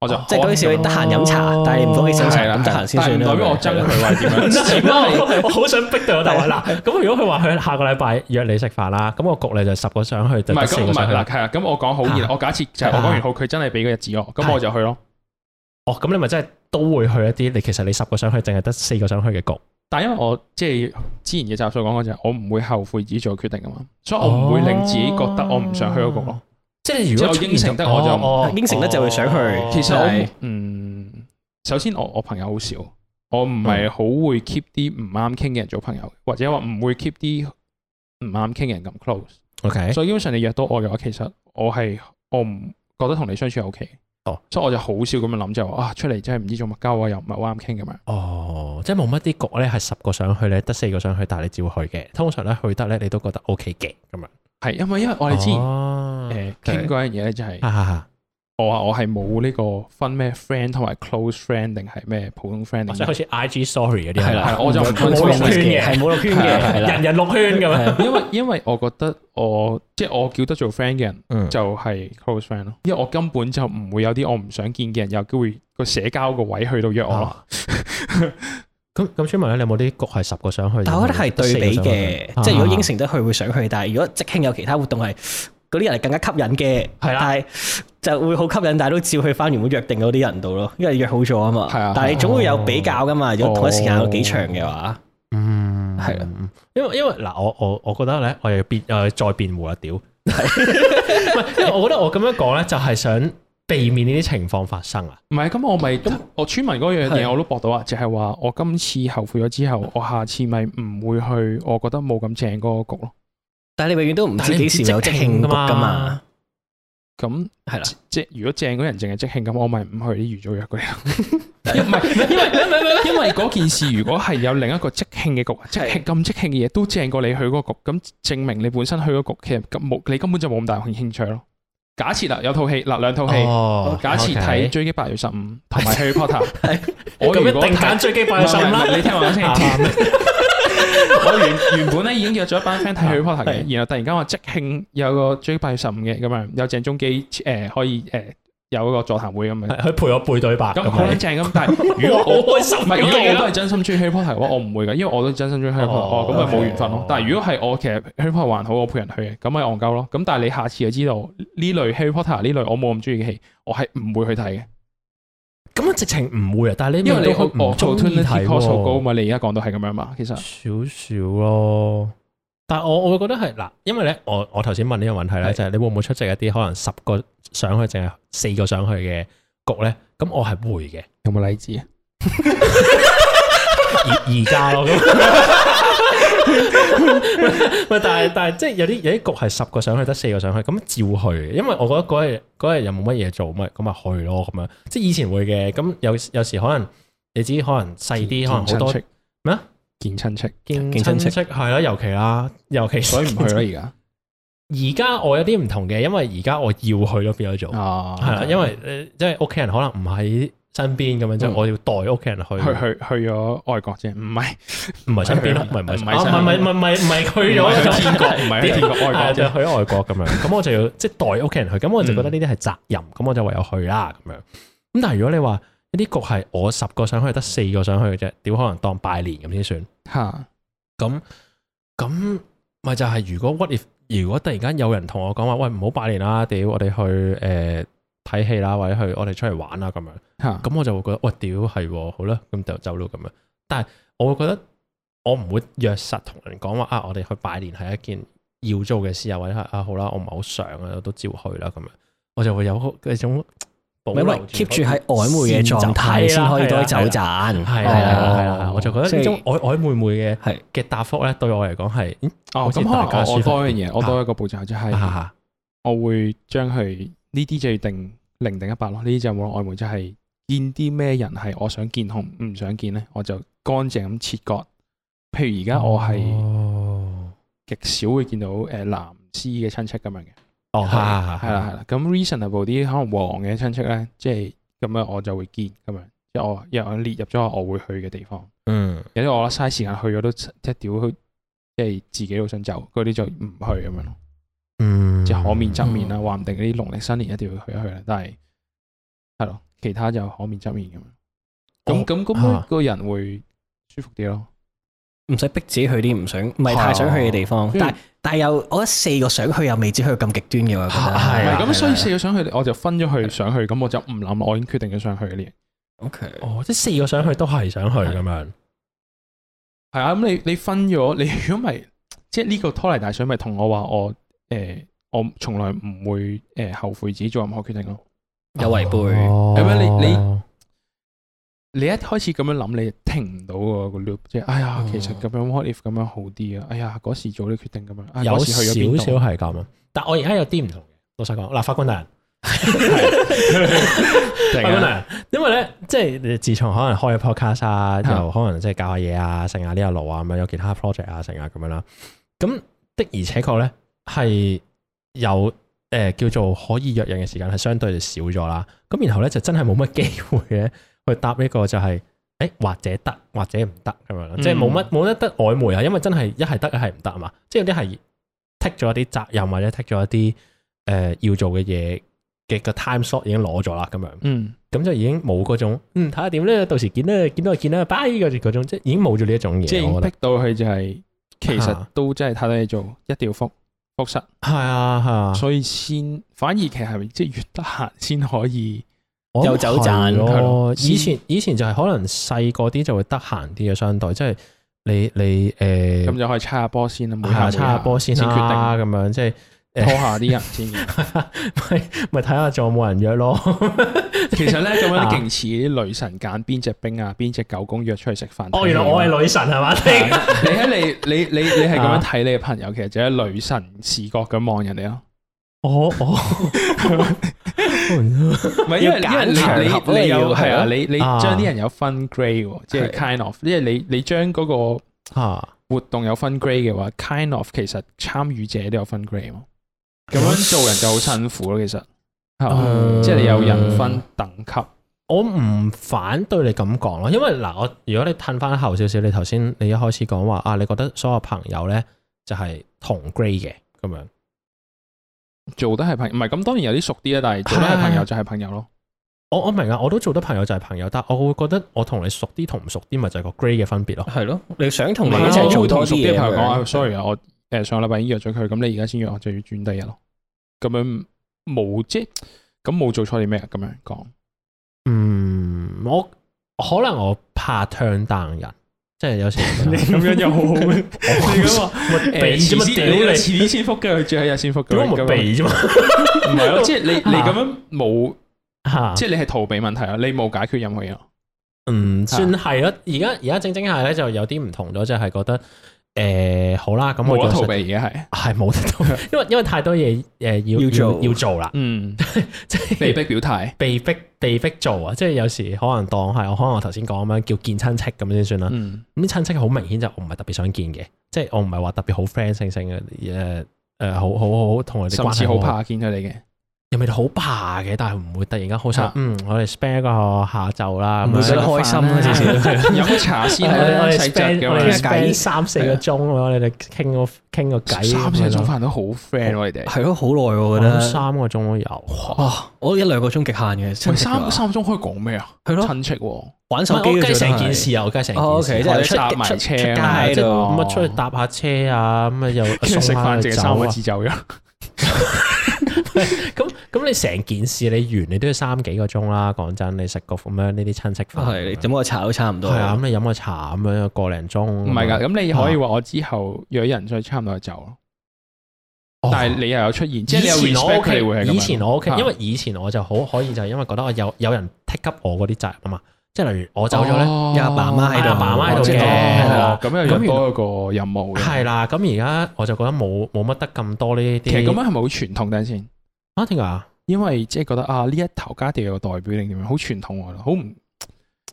Speaker 2: 我就
Speaker 3: 哦即係嗰陣時
Speaker 2: 我哦
Speaker 3: 你得閒飲茶，但係你唔方便飲茶，
Speaker 2: 係啦，
Speaker 3: 咁
Speaker 2: 係
Speaker 3: 得
Speaker 2: 啦
Speaker 3: 閒先
Speaker 2: 但係唔
Speaker 3: 算啦。
Speaker 2: 代表我憎佢或者點 樣。
Speaker 1: 唔係 我我好想逼到我答案嗱。咁如果佢話佢下個禮拜約你食飯啦，咁我局你就十個上去
Speaker 2: 唔
Speaker 1: 就
Speaker 2: 係
Speaker 1: 得四
Speaker 2: 咁，唔
Speaker 1: 個上
Speaker 2: 係
Speaker 1: 去
Speaker 2: 嗱，
Speaker 1: 啦。
Speaker 2: 係啦，咁我講好，
Speaker 3: 啊
Speaker 2: 然後我假設就係我講完好，佢真係俾個日子我，咁我就去咯。
Speaker 1: 哦，咁你咪真係都會去一啲你其實你十個上去淨係得四個上去嘅局。
Speaker 2: 但因為我即係之前嘅集數講過就係我唔會後悔自己做決定噶啊嘛，所以我唔會令自己覺得我唔想去嗰個咯。
Speaker 1: 即係如果
Speaker 2: 即係我應承得我就
Speaker 1: 哦哦
Speaker 3: 應承得就會想去
Speaker 1: 哦
Speaker 2: 其實
Speaker 3: 係
Speaker 2: 我嗯，首先我我朋友好少，我唔
Speaker 1: 嗯
Speaker 2: 係好會 keep 啲唔啱傾嘅人做朋友，或者話唔會 keep 啲唔啱傾嘅人咁 close。
Speaker 1: OK，
Speaker 2: 所以基本上你約到我嘅話，其實我係我唔覺得同你相處係 OK。
Speaker 1: 哦，
Speaker 2: 所以我就好少咁樣諗就係話啊，出嚟真係唔知做乜鳩啊，又唔係好啱傾咁樣。
Speaker 1: 哦，即係冇乜啲局咧係十個上去咧，得四個上去，但係你照去嘅。通常咧去得咧，你都覺得 OK 嘅咁樣。
Speaker 2: 係因為因為我哋之前
Speaker 1: 前
Speaker 2: 誒傾過一樣嘢咧，就係
Speaker 1: 哦嗯啊哈哈
Speaker 2: 我話我係冇呢個分咩 friend 同埋 close friend 定係咩普通 friend 定
Speaker 1: 即係好
Speaker 2: 係
Speaker 1: 似 IG Story 嗰啲
Speaker 2: 係啦，係啦我就唔
Speaker 1: 冇
Speaker 3: 冇
Speaker 1: 六
Speaker 3: 六
Speaker 1: 圈
Speaker 3: 圈
Speaker 1: 嘅
Speaker 3: 嘅，係冇六圈嘅，係
Speaker 1: 人
Speaker 3: 啦。
Speaker 1: 人六圈咁樣。
Speaker 2: 因為因為我覺得我即係我叫得做 friend 嘅人
Speaker 1: 嗯
Speaker 2: 就係 close friend 咯，因為我根本就唔會有啲我唔想見嘅人有機會個社交個位去到約我咯。
Speaker 1: 啊咁咁，村民咧，你有冇啲局係十個上去？啊
Speaker 3: 但我覺得係對比嘅，即係如果應
Speaker 1: 承
Speaker 3: 承得去會想去，但係如果即興有其他活動係嗰啲人係更加吸引嘅，
Speaker 1: 係啦
Speaker 3: 但係就會好吸引，但係都照去翻原本約定嗰啲人度咯，因為約好咗啊哦嘛。
Speaker 2: 係啊
Speaker 3: 但係你總會有比較噶嘛，如果同一時間有幾場嘅話，
Speaker 1: 嗯
Speaker 2: 啊
Speaker 3: 係啦，
Speaker 1: 因為因為嗱，我我我覺得咧，我又要辯誒再辯護啦，啊 屌，唔係因為我覺得我咁樣講咧，就係想避免呢啲情況發生啊。
Speaker 2: 唔係咁，我咪我村民嗰樣嘢
Speaker 3: 係
Speaker 2: 我都搏到啊，就係話我今次後悔咗之後，我下次咪唔會去我覺得冇咁正嗰個局咯。
Speaker 3: 但係你永遠都唔
Speaker 1: 但係
Speaker 3: 知
Speaker 1: 你唔
Speaker 3: 幾
Speaker 1: 知
Speaker 3: 時有
Speaker 1: 即
Speaker 3: 即
Speaker 1: 興
Speaker 3: 興局
Speaker 1: 㗎嘛
Speaker 3: 噶嘛。
Speaker 2: 咁
Speaker 3: 係啦，
Speaker 2: 即係如果正嗰人淨係即興咁，我咪唔去啲預早約嗰啲咯。唔係因為因為嗰件事，如果係有另一個即興嘅局，即係咁即興嘅嘢都正過你去嗰個局，咁證明你本身去嗰個局其實咁冇，你根本就冇咁大興趣咯。假設啦，有套戲嗱兩套戲，
Speaker 1: 哦
Speaker 2: 假設睇《
Speaker 1: ，OK
Speaker 2: 追擊八月十五》同埋《Harry Potter》，我
Speaker 1: 咁
Speaker 2: 如
Speaker 1: 一
Speaker 2: 果
Speaker 1: 定
Speaker 2: 睇
Speaker 1: 揀追擊
Speaker 2: 唔係唔係
Speaker 1: 八十五
Speaker 2: 唔係
Speaker 1: 啦。
Speaker 2: 你聽我 先。
Speaker 1: 啊
Speaker 2: 我原原本咧已經約咗一班 friend 睇 Harry Potter
Speaker 3: 係
Speaker 2: 嘅，然後突然間話即興有個 J 八月十五嘅咁樣，有鄭中基誒可以誒有個座談會咁樣，
Speaker 1: 係佢陪我背對白咁
Speaker 2: 咁好撚
Speaker 1: 樣，
Speaker 2: 正咁。但係如
Speaker 1: 哇
Speaker 2: 果我
Speaker 1: 好開心
Speaker 2: 唔係，如果我都
Speaker 1: 啊
Speaker 2: 係真心中意 Harry Potter 嘅話，我唔會嘅，因為我都真心中意 Harry Potter，
Speaker 1: 哦
Speaker 2: 哦咁咪冇緣分
Speaker 1: 哦
Speaker 2: 咯。但係如果係我其實 Harry Potter 還好，我陪人去嘅，咁咪戇鳩咯。咁但係你下次就知道呢類 Harry Potter 啊呢類我冇咁中意嘅戲，我係唔會去睇嘅，
Speaker 1: 咁啊直情唔會啊，但係你
Speaker 2: 因為你
Speaker 1: 好
Speaker 2: 好哦
Speaker 1: 唔中意
Speaker 2: opportunity
Speaker 1: 睇
Speaker 2: cost 好高
Speaker 1: 喎
Speaker 2: 嘛。你而家講到係咁樣嘛，其實。
Speaker 1: 少少咯。啊但係我我會覺得係嗱，因為咧，我我頭先問呢個問題咧，
Speaker 2: 係
Speaker 1: 就係你會唔會出席一啲可能十個上去，淨係四個上去嘅局咧？咁我係會 嘅，
Speaker 2: 有冇例子啊？
Speaker 1: 而而家咯。 咁 喂，但係但係即係有啲有啲局係十個上去得四個上去，咁照去嘅，因為我覺得嗰日嗰日又冇乜嘢做，咪咁咪去咯咁樣。即係以前會嘅，咁有有時可能你知可能細啲，可能好多
Speaker 2: 見親戚
Speaker 1: 咩啊？
Speaker 2: 見親戚，
Speaker 1: 見
Speaker 3: 見親
Speaker 1: 親
Speaker 3: 戚
Speaker 1: 戚係啦，尤其啦，尤其
Speaker 2: 所以唔去 啦
Speaker 1: 而家我有啲唔同嘅，因為而家我要去咯，變咗做
Speaker 2: 而家。
Speaker 3: 哦
Speaker 2: 啊
Speaker 1: 係啦，因為誒即係屋企人可能唔喺身邊咁樣，即係
Speaker 2: 嗯
Speaker 1: 我要代屋企人去，
Speaker 2: 去去去咗外國啫，唔係
Speaker 1: 唔係身邊咯，唔係唔係
Speaker 2: 唔
Speaker 1: 唔
Speaker 2: 係
Speaker 1: 係唔係唔係唔係唔係去
Speaker 2: 唔
Speaker 1: 咗
Speaker 2: 係去天國，唔係去天國
Speaker 1: 係
Speaker 2: 外
Speaker 1: 啊就
Speaker 2: 國啫。
Speaker 1: 去咗外國咁樣，咁我就要即係代屋企人去，咁我就覺得呢啲係責任，咁我就唯有去啦咁樣。咁但係如果你話呢啲局係我十個想去，得四個想去嘅啫，屌可能當拜年咁先算。
Speaker 2: 嚇，
Speaker 1: 咁咁咪就係如果 what if 如果突然間有人同我講話，喂唔好拜年啦，屌我哋去誒睇戲啦，或者去我哋出嚟玩啦咁樣，
Speaker 2: 嚇
Speaker 1: 咁我就會覺得喂屌係喎，好啦，咁就走咯咁樣。但係我會覺得我唔會約實同人講話啊，我哋去拜年係一件要做嘅事啊，或者係啊好啦，我唔係好想啊，我都照去啦咁樣，我就會有嗰 種保
Speaker 3: 唔係因為
Speaker 1: 留
Speaker 3: keep 住喺曖昧嘅狀態先可以多啲走盞，
Speaker 1: 係
Speaker 3: 係
Speaker 1: 啦係啦係啦，我就覺得呢種
Speaker 3: 即係
Speaker 1: 曖曖昧昧嘅
Speaker 3: 係
Speaker 1: 嘅答覆咧，對我嚟講係嗯
Speaker 2: 哦，
Speaker 1: 好似
Speaker 2: 咁可
Speaker 1: 大家
Speaker 2: 能我
Speaker 1: 舒
Speaker 2: 我
Speaker 1: 服
Speaker 2: 多樣嘢，我
Speaker 1: 嚇
Speaker 2: 多一個步驟就
Speaker 1: 啊
Speaker 2: 係
Speaker 1: 啊
Speaker 2: 我會將佢呢啲就要定零定一百咯。呢啲就冇外媒，就係見啲咩人係我想見同唔想見咧，我就乾淨咁切割。譬如而家我係
Speaker 1: 哦，
Speaker 2: 極少會見到誒藍絲嘅親戚咁樣嘅。
Speaker 1: 哦，係
Speaker 2: 係啦係啦，咁 reasonable 啲可能黃嘅親戚咧，即係咁樣我就會見咁樣，即係我因為我列入咗我會去嘅地方。
Speaker 1: 嗯，
Speaker 2: 有啲我覺得嘥時間去咗都即係屌，即係自己都想走，嗰啲就唔去咁樣咯。
Speaker 1: 嗯，
Speaker 2: 即係可免則免啦，話唔定啲農曆新年一定要去一去啦。但係係咯，其他就可免則免咁樣。咁
Speaker 1: 我
Speaker 2: 咁
Speaker 1: 啊
Speaker 2: 咁個人會舒服啲咯。
Speaker 3: 唔使逼自己去啲唔想、唔係啊太想去嘅地方。
Speaker 2: 嗯
Speaker 3: 但係但係又，我覺得四個想去又未至去到咁極端嘅喎。我覺得
Speaker 1: 係
Speaker 2: 係
Speaker 1: 啊
Speaker 2: 咁，所以四個想去，我就分咗去想去，咁我就唔諗啦，我已經決定咗想去嘅嘢。
Speaker 3: O K，
Speaker 1: 哦，即係四個想去都係想去咁樣，
Speaker 2: 係啊，咁你你分咗，你 如果唔係，即係呢個拖泥帶水，咪同我話我誒，我從來唔會誒後悔自己做任何決定咯。
Speaker 3: 有違背哦
Speaker 1: 係
Speaker 2: 係咪你你你一開始咁樣諗，你停唔到喎個 loop，即係哎呀
Speaker 3: 哦，
Speaker 2: 其實咁樣 what if 咁樣好啲啊！哎呀，嗰時做啲決定咁樣，啊
Speaker 1: 有
Speaker 2: 嗰時去咗邊
Speaker 1: 少
Speaker 2: 度
Speaker 1: 少係咁啊？但我而家有啲唔同嘅，老實講，嗱，法官大人。
Speaker 2: 定
Speaker 1: 法官
Speaker 2: 啊？
Speaker 1: 啊，因為咧，即係你自從可能開咗 podcast 啊，又可能即係教下嘢啊，剩下呢個路啊，咁樣有其他 project 啊，剩啊咁樣啦。咁的而且確咧係有誒、呃叫做可以約人嘅時間係相對就少咗啦。咁然後咧就真係冇乜機會咧去答呢個就係、誒或者得，或者唔得咁樣啦，即係冇乜冇得得曖昧啊，因為真係一係得一係唔得啊嘛，即係有啲係剔咗一啲責任或者剔咗一啲誒、呃要做嘅嘢嘅個 time slot 已經攞咗啦咁樣。
Speaker 2: 嗯，
Speaker 1: 咁就已經冇嗰種，嗯，睇下點咧，到時見咧，見到就見啦，拜嗰啲嗰種，即係已經冇咗呢一種嘢。
Speaker 2: 即係已經
Speaker 1: 我覺得
Speaker 2: 逼到佢就係，其實
Speaker 1: 啊
Speaker 2: 都真係太多嘢做，一定要復復實，
Speaker 1: 係啊，係啊，
Speaker 2: 所以先反而其實係咪即係越得閒先可以
Speaker 1: 我諗
Speaker 3: 有走盞
Speaker 1: 係
Speaker 2: 係
Speaker 1: 咯
Speaker 2: 咯。
Speaker 1: 以前以前就係可能細個啲就會得閒啲嘅，相對即係你你
Speaker 2: 咁
Speaker 1: 誒，
Speaker 2: 就可以猜下波先啦，每
Speaker 1: 係啊
Speaker 2: 下
Speaker 1: 叉下波先
Speaker 2: 先決定
Speaker 1: 啦，咁樣即係
Speaker 2: 拖下啲人先嘅。
Speaker 1: 咪 咪睇下仲有冇人約咯。
Speaker 2: 其實咧咁樣
Speaker 1: 啊
Speaker 2: 勁似啲女神揀邊只兵啊，邊只狗公約出去食飯。
Speaker 1: 哦，原來我係女神係嘛？
Speaker 2: 係啊你喺你你你你係咁
Speaker 3: 啊
Speaker 2: 樣睇你嘅朋友，其實就係女神視角咁望人哋咯。
Speaker 1: 我 我哦
Speaker 2: 唔係因為
Speaker 3: 要
Speaker 2: 因
Speaker 3: 揀
Speaker 2: 為你
Speaker 3: 場合咯
Speaker 2: 你你
Speaker 3: 要
Speaker 2: 有
Speaker 3: 係
Speaker 2: 係
Speaker 3: 啊
Speaker 2: 啊，你你
Speaker 1: 啊
Speaker 2: 將啲人有分 grade 喎，即係
Speaker 3: 係
Speaker 2: kind of，因為你你將嗰個
Speaker 1: 嚇
Speaker 2: 活動有分 grade 嘅話，kind of 其實參與者都有分 grade 喎。咁樣做人就好辛苦咯，其實
Speaker 3: 啊
Speaker 2: 係嘛
Speaker 1: 嗯
Speaker 2: 即係你有人分等級，
Speaker 1: 我唔反對你咁講咯，因為嗱，我如果你褪翻後少少，你頭先你一開始講話啊，你覺得所有朋友咧就係、同 grade 嘅咁樣，
Speaker 2: 做得係朋唔係咁，當然有啲熟啲啦，但係做得係朋友就係朋友咯。
Speaker 1: 我我明啊，我都做得朋友就係朋友，但我會覺得我同你熟啲同唔熟啲，咪就係個 grade 嘅分別咯。
Speaker 3: 係咯，你想同
Speaker 2: 唔
Speaker 3: 你一
Speaker 2: 係
Speaker 3: 齊
Speaker 2: 我都
Speaker 3: 做
Speaker 2: 會
Speaker 3: 多
Speaker 2: 同
Speaker 3: 啲
Speaker 2: 熟啲
Speaker 3: 嘢
Speaker 2: 嘅朋友
Speaker 3: 咁
Speaker 2: 講
Speaker 3: 樣
Speaker 2: 啊，sorry 啊，我誒上禮拜已經約咗佢，咁你而家先約我，就要轉第日咯。咁樣冇即係咁冇做錯啲咩啊咁樣講。
Speaker 1: 嗯，我可能我怕 turn down 人，即係有 時
Speaker 2: 咁樣又好好，你咁話
Speaker 1: 我避啫嘛，屌
Speaker 2: 你
Speaker 1: 你，
Speaker 2: 呃 遲啲先覆嘅，佢最後一日先覆嘅，
Speaker 1: 屌我咪
Speaker 2: 咁樣
Speaker 1: 避啫嘛，
Speaker 2: 唔係啊咯，即係你你咁樣冇，
Speaker 1: 嚇
Speaker 2: 即係你係逃避問題啊，你冇解決任何嘢咯。
Speaker 1: 嗯，算
Speaker 2: 啊
Speaker 1: 係咯。而家而家正正係咧，就有啲唔同咗，就係覺得誒好啦，咁我
Speaker 2: 冇得
Speaker 1: 做
Speaker 2: 逃避而家係，
Speaker 1: 係冇得 到，因為因為太多嘢誒要
Speaker 3: 要做
Speaker 1: 要做啦，
Speaker 2: 嗯，
Speaker 1: 即係
Speaker 2: 被逼 表態，
Speaker 1: 被逼被逼做啊！即係有時可能當係我可能我頭先講咁樣叫見親戚咁先算啦。
Speaker 2: 嗯，
Speaker 1: 咁啲親戚好明顯就我唔係特別想見嘅，即係我唔係話特別好 friend 性性嘅誒誒，好好好同佢哋
Speaker 2: 甚
Speaker 1: 關
Speaker 2: 至
Speaker 1: 係
Speaker 2: 好
Speaker 1: 好，
Speaker 2: 怕見佢哋嘅，
Speaker 1: 又未到好怕嘅，但係唔會突然間好想
Speaker 2: 啊
Speaker 1: 嗯，我哋 spend 一個下晝啦，咁
Speaker 3: 唔會覺
Speaker 1: 樣
Speaker 3: 得開心 啦至少
Speaker 2: 飲杯茶先啊
Speaker 1: 我哋
Speaker 2: 啦，
Speaker 1: 我哋
Speaker 2: 細嚼
Speaker 1: spend
Speaker 2: 咁
Speaker 1: 我
Speaker 2: 樣
Speaker 1: 哋
Speaker 3: 傾下偈
Speaker 1: spend 三四個鐘咯，我哋傾個傾個偈咁樣咯，
Speaker 2: 三四種飯都好 friend 喎，你哋。
Speaker 3: 係咯，好耐喎我
Speaker 1: 我
Speaker 3: 覺
Speaker 1: 諗
Speaker 3: 得。
Speaker 1: 三個鐘都有。
Speaker 3: 哇！我一兩個鐘極限嘅，
Speaker 2: 喂，
Speaker 3: 親戚嘅話
Speaker 2: 三三鐘可以講咩啊？
Speaker 3: 係咯
Speaker 2: 親戚喎，
Speaker 3: 玩手
Speaker 1: 唔
Speaker 3: 機
Speaker 1: 係我
Speaker 3: 嘅
Speaker 1: 計
Speaker 3: 啫
Speaker 1: 成件
Speaker 3: 係
Speaker 1: 事啊，我計成件事。
Speaker 3: 哦，OK，即係
Speaker 2: 或者
Speaker 3: 出
Speaker 2: 搭
Speaker 3: 出
Speaker 2: 埋
Speaker 3: 出
Speaker 2: 車
Speaker 3: 出街
Speaker 2: 啊
Speaker 3: 喺
Speaker 1: 即係
Speaker 3: 度，
Speaker 1: 咁啊，出去搭下車啊，咁啊又
Speaker 2: 跟住
Speaker 1: 送
Speaker 2: 食
Speaker 1: 下
Speaker 2: 飯
Speaker 1: 佢
Speaker 2: 淨係
Speaker 1: 走
Speaker 2: 三個
Speaker 1: 啊。
Speaker 2: 字就咗。
Speaker 1: 咁咁你成件事你完你都要三幾個鐘啦，講真，你食個咁樣呢啲親戚飯，
Speaker 3: 係你點我炒都差唔多。
Speaker 1: 係啊，咁你飲個茶咁樣個零鐘。
Speaker 2: 唔
Speaker 1: 唔
Speaker 2: 係㗎，
Speaker 1: 㗎，
Speaker 2: 咁你可以話我之後約人，所以差唔多就走咯。但係你又有出現，即係你有
Speaker 1: 哦以前我
Speaker 2: respect 佢哋會係
Speaker 1: OK，
Speaker 2: 咁樣。
Speaker 1: 以前我 OK，
Speaker 2: 啊
Speaker 1: 因為以前我就好可以就係因為覺得我有有人 take up 我嗰啲責任啊嘛，即係例如我走咗咧，
Speaker 2: 哦
Speaker 3: 有阿爸阿媽喺
Speaker 1: 係
Speaker 3: 度
Speaker 1: 阿爸阿媽喺度
Speaker 2: 哦即係
Speaker 1: 嘅係啦
Speaker 2: 咁又有多一個任務嘅。
Speaker 1: 係啦，咁而家我就覺得冇冇乜得咁多呢啲。
Speaker 2: 啊其實咁樣係咪好傳統？等陣先，
Speaker 1: 啊，點解啊？
Speaker 2: 因為即係覺得啊呢一頭家地有個代表定點樣，好傳統我覺得好唔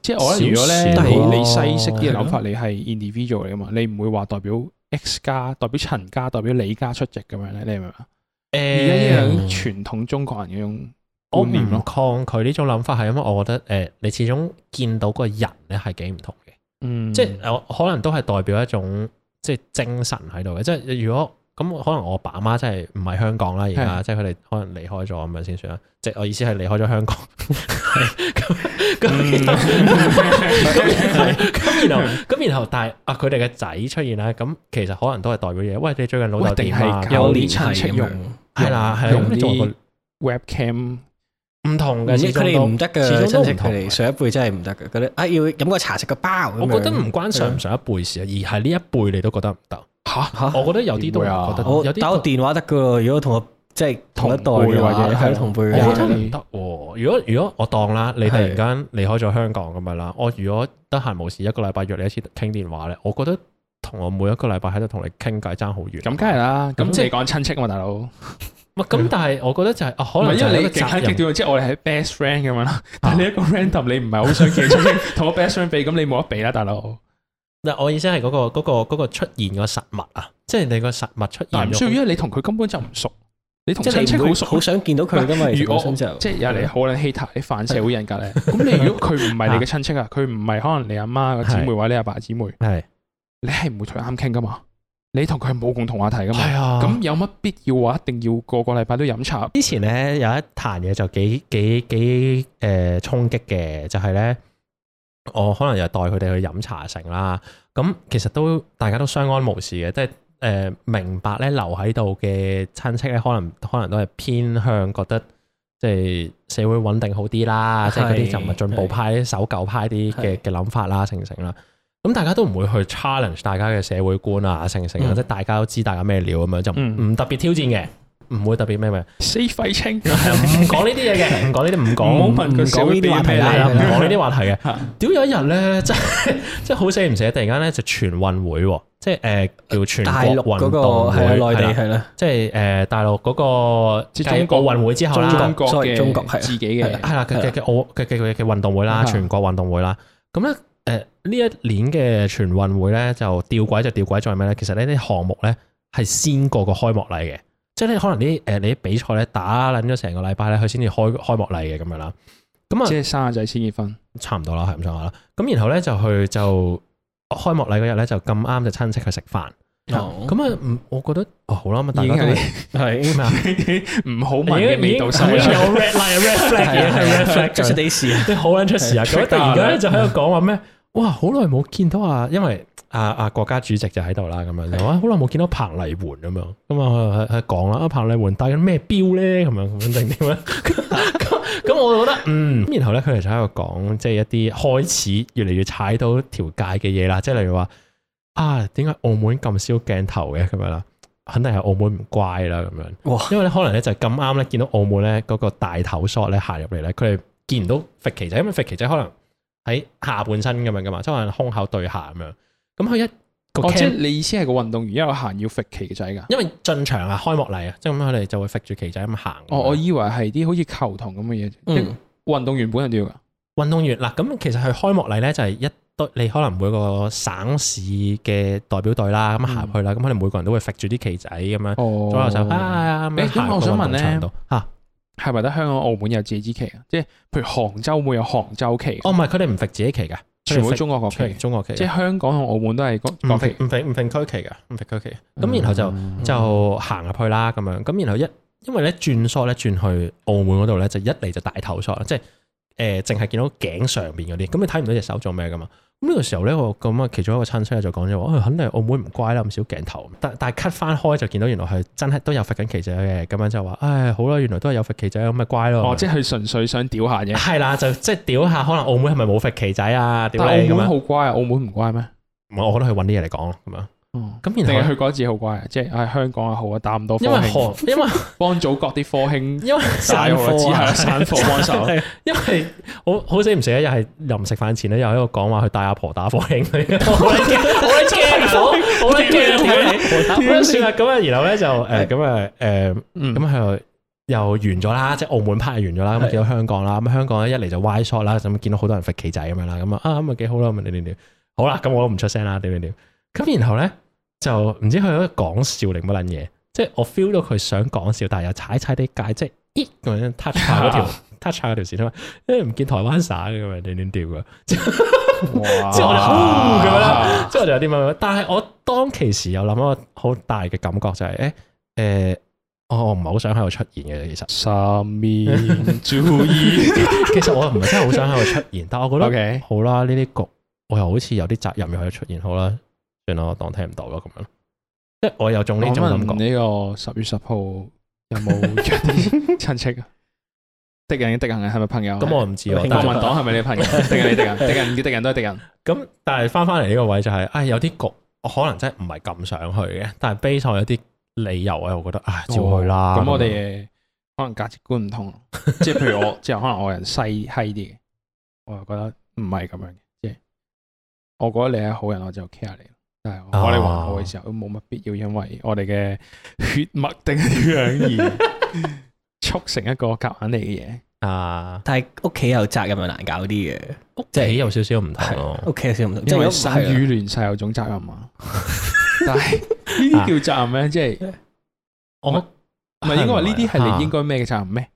Speaker 2: 即係我覺得如果咧
Speaker 1: 少少
Speaker 2: 你
Speaker 3: 咯
Speaker 2: 你西式啲嘅諗法，你係 individual 嚟噶嘛，你唔會話代表 X 家、代表陳家、代表李家出席咁樣咧，你明唔明啊？而家
Speaker 1: 诶，
Speaker 2: 呢種傳統中國人嗰種
Speaker 1: 我
Speaker 2: 觀念
Speaker 1: 唔
Speaker 2: 咯，
Speaker 1: 抗拒呢種諗法，係因為我覺得诶、誒你始終見到個人咧係幾唔同嘅，
Speaker 2: 嗯，
Speaker 1: 即係我可能都係代表一種即係精神喺度嘅。即係如果咁，可能我爸媽真係唔喺香港啦，而家即係佢哋可能離開咗咁樣先算啦。即係我意思係離開咗香港。咁咁然後咁然後咁然後，但係啊，佢哋嘅仔出現啦，咁其實可能都係代表嘢。喂，你最近老
Speaker 2: 喂
Speaker 1: 豆
Speaker 2: 定
Speaker 1: 點啊？
Speaker 2: 係
Speaker 3: 有
Speaker 2: 有
Speaker 3: 連
Speaker 2: 連
Speaker 3: 係
Speaker 2: 親
Speaker 3: 咁
Speaker 2: 戚
Speaker 3: 樣
Speaker 2: 用，
Speaker 1: 係啦，係啦
Speaker 2: 用
Speaker 1: 咁你做個
Speaker 2: 啲 webcam
Speaker 1: 唔同
Speaker 3: 唔
Speaker 1: 嘅，
Speaker 3: 知
Speaker 1: 始
Speaker 3: 佢
Speaker 1: 終
Speaker 3: 哋
Speaker 1: 都
Speaker 3: 唔得噶，
Speaker 1: 始終都
Speaker 3: 親戚
Speaker 1: 唔
Speaker 3: 佢
Speaker 1: 同
Speaker 3: 哋。上一輩真係唔得嘅，嗰啲啊要飲個茶食個包。
Speaker 1: 我覺得唔關上唔上一輩事啊，而係呢一輩你都覺得唔得。
Speaker 2: 嚇
Speaker 3: 嚇
Speaker 1: 我覺得有啲都
Speaker 2: 點會啊
Speaker 1: 覺得，
Speaker 3: 我
Speaker 1: 哦有
Speaker 3: 打個
Speaker 1: 啲
Speaker 3: 電話得噶，如果同我即係同一代嘅
Speaker 2: 同輩
Speaker 3: 話
Speaker 2: 或者
Speaker 3: 係同輩
Speaker 1: 我
Speaker 3: 嘅
Speaker 1: 覺
Speaker 3: 話
Speaker 1: 得唔得喎。如果如果我當啦，你突然間離開咗香港咁樣啦，我如果得閒無事一個禮拜約你一次傾電話咧，我覺得同我每一個禮拜喺度同你傾偈爭好遠。
Speaker 2: 咁梗係啦，咁
Speaker 1: 咁
Speaker 2: 即
Speaker 1: 即係
Speaker 2: 係講親戚嘛，大佬。
Speaker 1: 唔係咁，但係我覺得就係啊，可
Speaker 2: 唔
Speaker 1: 能
Speaker 2: 係
Speaker 1: 就
Speaker 2: 因
Speaker 1: 係一
Speaker 2: 為你
Speaker 1: 個
Speaker 2: 極端
Speaker 1: 責
Speaker 2: 極
Speaker 1: 任。
Speaker 2: 端，即係我哋係 best friend 咁樣啦。但係你一個 random，你唔係好想見出聲，同我 best friend 比，咁你冇得比啦，大佬。
Speaker 1: 嗱，我意思係嗰個嗰個嗰個出現個實物啊，即係你個實物出現
Speaker 2: 但係唔需要，
Speaker 1: 咗。
Speaker 2: 因為你同佢根本就唔熟，你同
Speaker 3: 即
Speaker 2: 親
Speaker 3: 係
Speaker 2: 戚
Speaker 3: 你唔會
Speaker 2: 好熟，
Speaker 3: 好想見到佢噶嘛，其實
Speaker 2: 如
Speaker 3: 本
Speaker 2: 果
Speaker 3: 身就
Speaker 2: 即係有你好撚 hater 啲反社會人格咧，咁你如果佢唔係你嘅親戚啊，佢唔係可能你阿媽個姊妹或者你阿爸姊妹，
Speaker 1: 係
Speaker 2: 你係唔會同佢啱傾噶嘛？你同佢係冇共同話題噶嘛？
Speaker 1: 係啊，
Speaker 2: 咁有乜必要話一定要個個禮拜都飲茶？
Speaker 1: 之前咧有一壇嘢就幾幾幾誒衝擊嘅，就係、咧我可能又帶佢哋去飲茶城啦。咁其實都大家都相安無事嘅，即係誒、呃明白咧留喺度嘅親戚咧，可能可能都係偏向覺得。即係社會穩定好啲啦，即係嗰啲
Speaker 3: 係
Speaker 1: 就唔係進步派、守舊派啲嘅
Speaker 3: 係
Speaker 1: 嘅諗法啦，成成啦。咁大家都唔會去 challenge 大家嘅社會觀啊，成成啊，
Speaker 2: 嗯
Speaker 1: 即係大家都知大家咩料咁樣，就唔
Speaker 2: 嗯
Speaker 1: 唔特別挑戰嘅，唔會特別咩咩。
Speaker 2: 死廢青，
Speaker 1: 唔講呢啲嘢嘅，唔講呢啲，唔
Speaker 2: 唔好
Speaker 1: 講。
Speaker 2: 問佢社會
Speaker 3: 嗯唔講呢啲話題
Speaker 1: 係
Speaker 2: 咩
Speaker 1: 啦，
Speaker 3: 啦
Speaker 1: 唔講呢啲話題嘅。屌有一日咧， 真係真係好死唔死，突然間咧就全運會喎，即係誒叫全
Speaker 3: 大陸
Speaker 1: 國
Speaker 3: 嗰
Speaker 1: 運
Speaker 3: 個
Speaker 1: 動
Speaker 3: 係
Speaker 1: 會，
Speaker 3: 啊內地
Speaker 1: 係啦
Speaker 3: 係啦，
Speaker 1: 即係誒大陸嗰個
Speaker 2: 即係中國
Speaker 1: 國運會之後啦
Speaker 2: 中，國
Speaker 3: sorry，
Speaker 2: 嘅
Speaker 3: 中國係
Speaker 2: 自己嘅。
Speaker 1: 係啦嘅嘅嘅奧嘅嘅嘅嘅運動會啦，
Speaker 2: 啊
Speaker 1: 全國運動會啦。咁咧誒呢一年嘅全運會咧就吊軌就吊軌在咩咧？其實呢啲項目咧係先過個開幕禮嘅，即係咧可能啲誒你啲比賽咧打撚咗成個禮拜咧，佢先至開開幕禮嘅咁樣啦。咁啊
Speaker 2: 即係生下仔先結婚，
Speaker 1: 差唔多啦，係咁上下啦。咁然後咧就去就開幕禮嗰日咧就咁啱就親戚去食飯。
Speaker 3: 哦
Speaker 1: 咁啊，唔我覺得哦好啦，咁啊大家都
Speaker 2: 已經
Speaker 1: 係 係咩啊？
Speaker 2: 唔好聞嘅味道
Speaker 1: 已
Speaker 2: 晒
Speaker 1: 經已經
Speaker 2: 啦。
Speaker 1: 有 red light red
Speaker 3: 啊
Speaker 1: flag 嘅係 red flag
Speaker 3: 出
Speaker 1: 嘅
Speaker 3: 出地事啊！
Speaker 1: 你好撚出事 啊！咁
Speaker 2: Trigger
Speaker 1: 突然間咧就喺度講話咩？哇！好耐冇見到啊，因為啊啊國家主席就喺度啦，咁樣就哇！好耐冇見到彭麗媛咁樣，咁啊喺喺講啦，啊彭麗媛戴緊咩錶咧？咁樣咁樣定點咧？啊 咁咁我就覺得嗯，咁然後咧佢哋就喺度講，即係一啲開始越嚟越踩到條界嘅嘢啦，即係例如話啊，點解澳門咁少鏡頭嘅咁樣啦？肯定係澳門唔乖啦咁樣。
Speaker 3: 哇，
Speaker 1: 因為咧可能咧就係咁啱咧見到澳門咧嗰個大頭 shot 咧行入嚟咧，佢哋見唔到肥奇仔，因為肥奇仔可能喺下半身咁樣噶嘛，即係可能胸口對下咁樣。咁佢一個
Speaker 2: 哦，即係
Speaker 1: cam，
Speaker 2: 你意思係個運動員一路行要揈旗仔㗎？
Speaker 1: 因為進場啊開幕禮啊，即係咁佢哋就會揈住旗仔咁行。
Speaker 2: 哦，我以為係啲好似球童咁嘅嘢，即
Speaker 3: 嗯
Speaker 2: 運動員本人都要㗎。
Speaker 1: 運動員嗱，咁其實佢開幕禮咧就係一堆，你可能每個省市嘅代表隊啦，咁行入去啦，咁佢哋每個人都會揈住啲旗仔咁樣，
Speaker 2: 嗯哦，
Speaker 1: 左右手啊咁樣
Speaker 2: 誒咁我想問
Speaker 1: 行到
Speaker 2: 咧
Speaker 1: 運動場度啊嚇，
Speaker 2: 係咪得香港、澳門有自己支旗啊？即係譬如杭州會有杭州旗，
Speaker 1: 哦唔係佢哋唔揈自己旗㗎，
Speaker 2: 全部
Speaker 1: 佢哋揈
Speaker 2: 中嗯國國
Speaker 1: 全
Speaker 2: 旗，
Speaker 1: 中國旗㗎。
Speaker 2: 即係香港同澳門都係國
Speaker 1: 唔
Speaker 2: 國
Speaker 1: 揈
Speaker 2: 旗。
Speaker 1: 唔揈唔揈區旗㗎，唔揈區旗。
Speaker 2: 嗯
Speaker 1: 咁然後就就行入去啦，咁樣。咁然後一因為咧轉 shot 咧轉去澳門嗰度咧，就一嚟就大頭 shot，即係誒淨係見到頸上邊嗰啲，咁你睇唔到隻手做咩㗎嘛？咁呢個時候咧，我咁啊，其中一個親戚就講咗話，哎肯定係澳門唔乖啦，咁少鏡頭。但但係 cut 翻開就見到原來係真係都有揈緊旗仔嘅，咁樣就話，唉，好啦，原來都係有揈旗仔，咁咪乖咯。
Speaker 2: 哦，即係佢純粹想屌下啫。
Speaker 1: 係啦，就即係屌下，可能澳門係咪冇揈旗仔啊？屌
Speaker 2: 但
Speaker 1: 你
Speaker 2: 係
Speaker 1: 咁
Speaker 2: 澳
Speaker 1: 樣。
Speaker 2: 門好乖啊，澳門唔乖咩？
Speaker 1: 唔係我覺得佢揾啲嘢嚟講咯，咁樣。
Speaker 2: 哦，
Speaker 1: 咁
Speaker 2: 定
Speaker 1: 然
Speaker 2: 係
Speaker 1: 後
Speaker 2: 佢覺得自己好乖啊？即係喺香港啊好啊，打唔到科
Speaker 1: 因為
Speaker 2: 興，
Speaker 1: 韓因為
Speaker 2: 幫祖國啲科興
Speaker 1: 因為
Speaker 2: 散貨之下，散貨幫手。
Speaker 1: 因為好好死唔死咧，又係臨食飯前咧，又喺度講話佢帶阿婆打火影，好撚驚，好撚驚啊，好好撚驚啊，屌你！咁啊算啦，咁啊然後咧就誒咁啊誒
Speaker 2: 嗯
Speaker 1: 咁佢又完咗啦，即係澳門 part 完咗啦，咁啊
Speaker 3: 係
Speaker 1: 見到香港啦，咁香港咧一嚟就 Y shot 啦，咁見到好多人揈旗仔咁樣啦，咁啊啊咁啊幾好啦，咁啊點點點，好啦，咁我都唔出聲啦，點點點，咁然後咧就唔知佢喺度講笑定乜撚嘢，即係我 feel 到佢想講笑，但係又踩踩啲界，即係咦咁樣 touch 下嗰條 touch 下嗰條線啊嘛，因為唔見台灣省嘅咁樣點點點嘅。
Speaker 2: 哇
Speaker 1: 之後我哋哦咁樣啦，之後就有啲乜乜，但係我當其時有諗一個好大嘅感覺就係、誒、誒，我我唔係好想喺度出現嘅，其實
Speaker 2: 三面注 意
Speaker 1: 其實我唔係真係好想喺度出現，但我覺得
Speaker 2: ，OK，
Speaker 1: 好啦，呢啲局我又好似有啲責任要喺度出現，好啦，算啦，我當聽唔到咯咁樣，即係我有種呢種
Speaker 2: 我
Speaker 1: 感
Speaker 2: 問
Speaker 1: 覺，
Speaker 2: 呢個十月十號有 冇約啲親戚啊？ 敵人嘅敵人係咪朋友？
Speaker 1: 咁我唔知喎
Speaker 3: 我。
Speaker 2: 國
Speaker 1: 但
Speaker 3: 興
Speaker 1: 係
Speaker 3: 奮
Speaker 2: 民黨係咪你 朋友？敵人你敵人，敵人嘅敵人都係敵人。
Speaker 1: 咁但係翻翻嚟呢個位就係、唉，有啲局我可能真係唔係咁想去嘅，但係 base 上有啲理由啊，我覺得啊，照去啦。
Speaker 2: 哦咁我哋可能價值觀唔同，即係譬如我，即係可能我人西閪啲嘅，我又覺得唔係咁樣嘅，即係我覺得你係好人，我就 care 你。但係我
Speaker 1: 哦
Speaker 2: 我哋還好嘅時候，都冇乜必要因為我哋嘅血脈定係點樣而促成一個夾硬嚟嘅嘢。
Speaker 1: 啊，
Speaker 3: 但係屋企有責任又難搞啲嘅，
Speaker 1: 屋
Speaker 3: 即係
Speaker 1: 企有少少唔同
Speaker 3: 係
Speaker 1: 咯。
Speaker 3: 屋企有少唔同，即係
Speaker 2: 因
Speaker 3: 如
Speaker 2: 為
Speaker 3: 果
Speaker 2: 生
Speaker 3: 係啊
Speaker 2: 於亂世有種責任嘛。但係呢啲叫責任咩？即係
Speaker 1: 我
Speaker 2: 唔係應該話呢啲係你應
Speaker 1: 該
Speaker 2: 該咩嘅責任咩？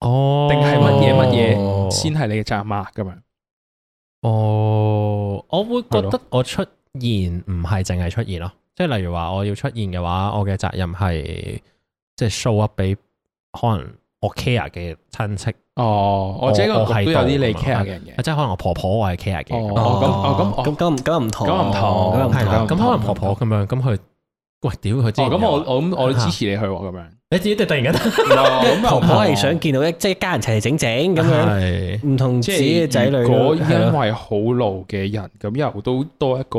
Speaker 1: 哦，
Speaker 2: 定係乜嘢乜
Speaker 3: 哦
Speaker 2: 嘢先係你嘅責任啊？咁樣。
Speaker 1: 哦，我會覺
Speaker 2: 係
Speaker 1: 得我出現唔係淨係出現咯，即係例如話我要出現嘅話，我嘅責任係即係 show up 俾可能我 care 嘅親戚，
Speaker 2: 哦，我即係
Speaker 1: 我
Speaker 2: 個局都有啲你
Speaker 1: 我係
Speaker 2: care 嘅人嘅
Speaker 1: 即。係可能我婆婆我係 care 嘅咁
Speaker 2: 哦
Speaker 1: 樣，
Speaker 2: 哦咁哦咁
Speaker 3: 咁咁咁又唔同，
Speaker 2: 咁又唔同
Speaker 3: 咁又唔
Speaker 1: 係啦，哦
Speaker 3: 同，
Speaker 1: 咁可能婆婆咁樣，咁佢喂屌佢知
Speaker 2: 哦，咁
Speaker 3: 啊
Speaker 2: 我我咁我
Speaker 1: 嚇
Speaker 2: 支持你去喎，咁樣。
Speaker 1: 你自己突然 間
Speaker 2: 咁啊哦
Speaker 3: 婆婆係想見到一即係一家人齊齊整整咁樣，
Speaker 1: 係
Speaker 3: 唔同自己嘅仔女
Speaker 2: 如果
Speaker 3: 咯，係
Speaker 2: 因
Speaker 3: 咯
Speaker 2: 為好老嘅人，咁又都多一個，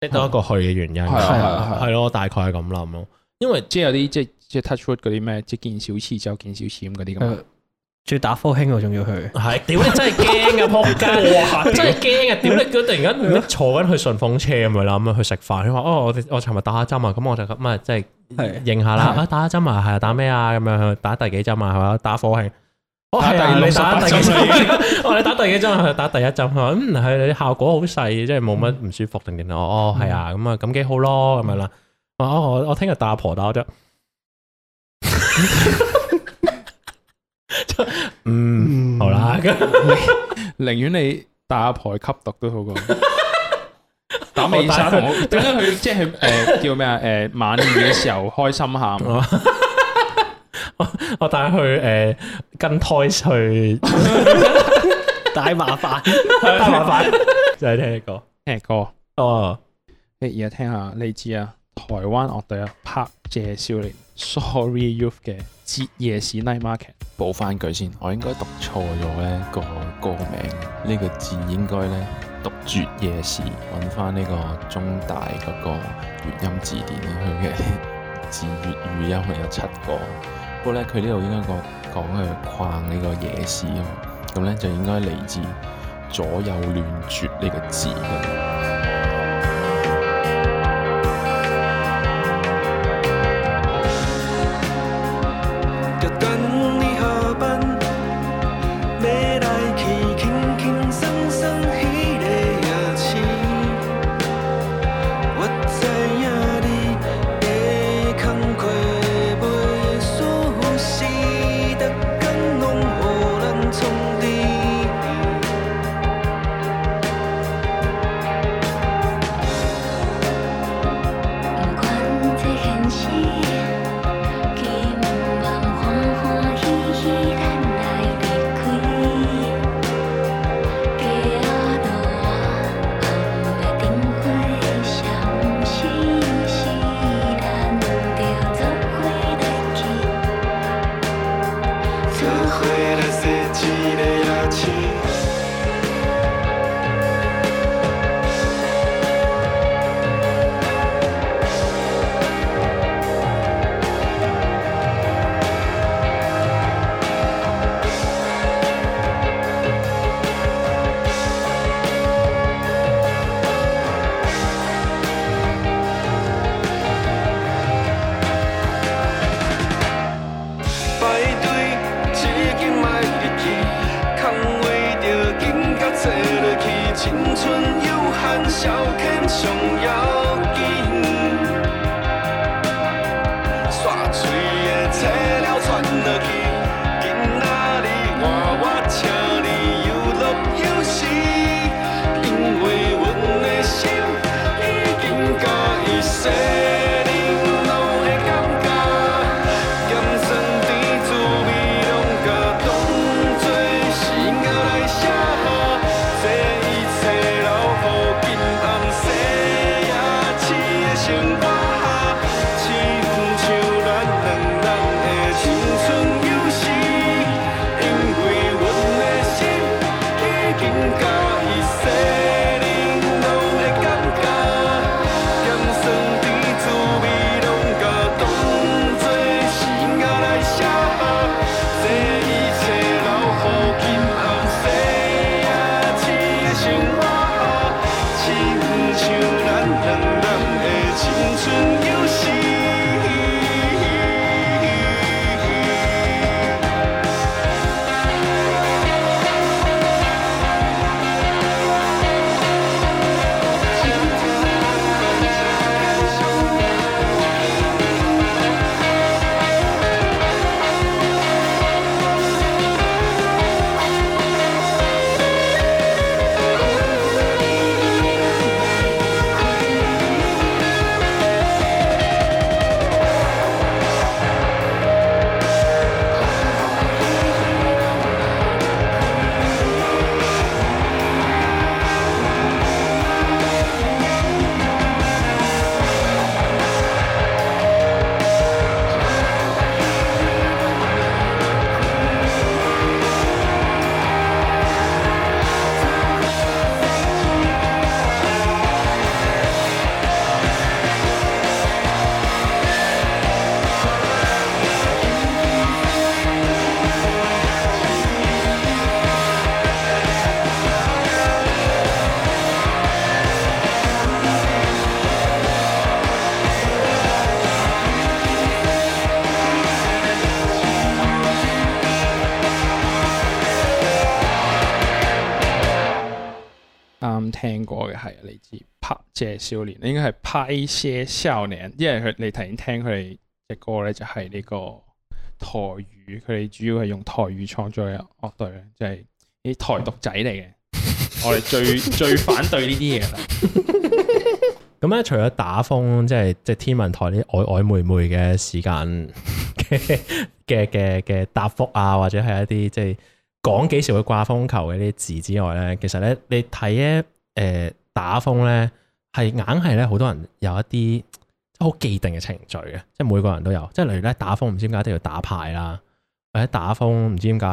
Speaker 1: 即係多一個去嘅原因，
Speaker 2: 係啊
Speaker 3: 係
Speaker 2: 啊
Speaker 1: 係咯，大概係咁諗咯，因為
Speaker 2: 即係有啲即係即係 touch wood 嗰啲咩，即係見少次就見少次咁嗰啲咁。啊
Speaker 3: 誒最打科興我仲要去。
Speaker 1: 係，屌你真係驚啊！仆街，真係驚啊！屌你，佢突然間你坐緊去順風車咁樣啦，咁樣去食飯，佢話哦，我哋我尋日打下針啊，咁我就咁啊，即係
Speaker 3: 係
Speaker 1: 認下啦，
Speaker 3: 係
Speaker 1: 啊打下針啊，係啊打咩啊咁樣，打第幾針啊，係嘛，打火慶。 哦，
Speaker 2: 打
Speaker 1: 係啊，
Speaker 2: 第
Speaker 1: 你
Speaker 2: 68
Speaker 1: 打第幾
Speaker 2: 針啦
Speaker 1: 針？我哋打第幾針啊？打第一針佢話嗯，係你效果好細，即係冇乜唔舒服定點啊？哦，係啊，咁啊，咁幾好咯，咁樣啦。我我我我聽日打阿婆打 我啫。嗯，好啦，咁
Speaker 2: 寧願你打阿婆去吸毒都好 過。打美沙同屋點解佢即係誒叫咩啊？誒晚宴嘅時候開心 下，
Speaker 1: 我帶佢去誒跟胎 去
Speaker 3: 大麻煩，
Speaker 1: 打麻煩，就係聽呢個
Speaker 2: 聽歌。
Speaker 1: 哦，
Speaker 2: 你而家聽下你知啊，台灣樂隊啊，拍謝少年 Sorry Youth 嘅《節夜市 Night Market》。
Speaker 4: 補翻句先，我應該讀錯咗呢個歌名，呢、個字應該呢讀絕夜市，揾翻呢個中大嗰個粵音字典咧，佢嘅 字粵語音係有七個，不過呢，佢呢度應該講講佢逛呢個夜市啊嘛，咁呢就應該嚟自左右亂絕呢個字嘅。
Speaker 5: 日緊呢下班，咩大旗傾傾生生起的牙齒，我在夜裡被看佢背蘇西的跟弄荷蘭衝地。青春悠閒小 K 上有見，耍醉的車了轉落去，今仔日我我請你遊樂遊戲，因為阮的心已經甲伊西恁攏會感覺，甘酸甜滋味攏甲當作是音樂來寫下，這一切留予平淡西夜市的生活下，似不像咱两人的青春有時，因為阮的心已經甲伊西恁攏會感覺，甘酸甜滋味攏甲當作是音樂來寫下。这一切留予今暗西夜市的生活下，似不像咱两人的青春有时。
Speaker 2: 啱聽過嘅係嚟自拍謝少年，應該係拍謝少年，因為佢你頭先聽佢哋隻歌咧，就係呢個台語，佢哋主要係用台語創作嘅樂隊咧，就係、啲台獨仔嚟嘅。我哋最最反對呢啲嘢啦，
Speaker 1: 咁咧，除咗打風，即係即係天文台啲曖曖昧昧嘅時間 嘅嘅嘅嘅答覆啊，或者係一啲即係講幾時會掛風球嘅呢啲字之外咧，其實咧你睇咧誒打風咧，係硬係咧好多人有一啲即係好既定嘅程序嘅，即係每個人都有，即係例如咧打風唔知點解一定要打牌啦。或者打風唔知點解，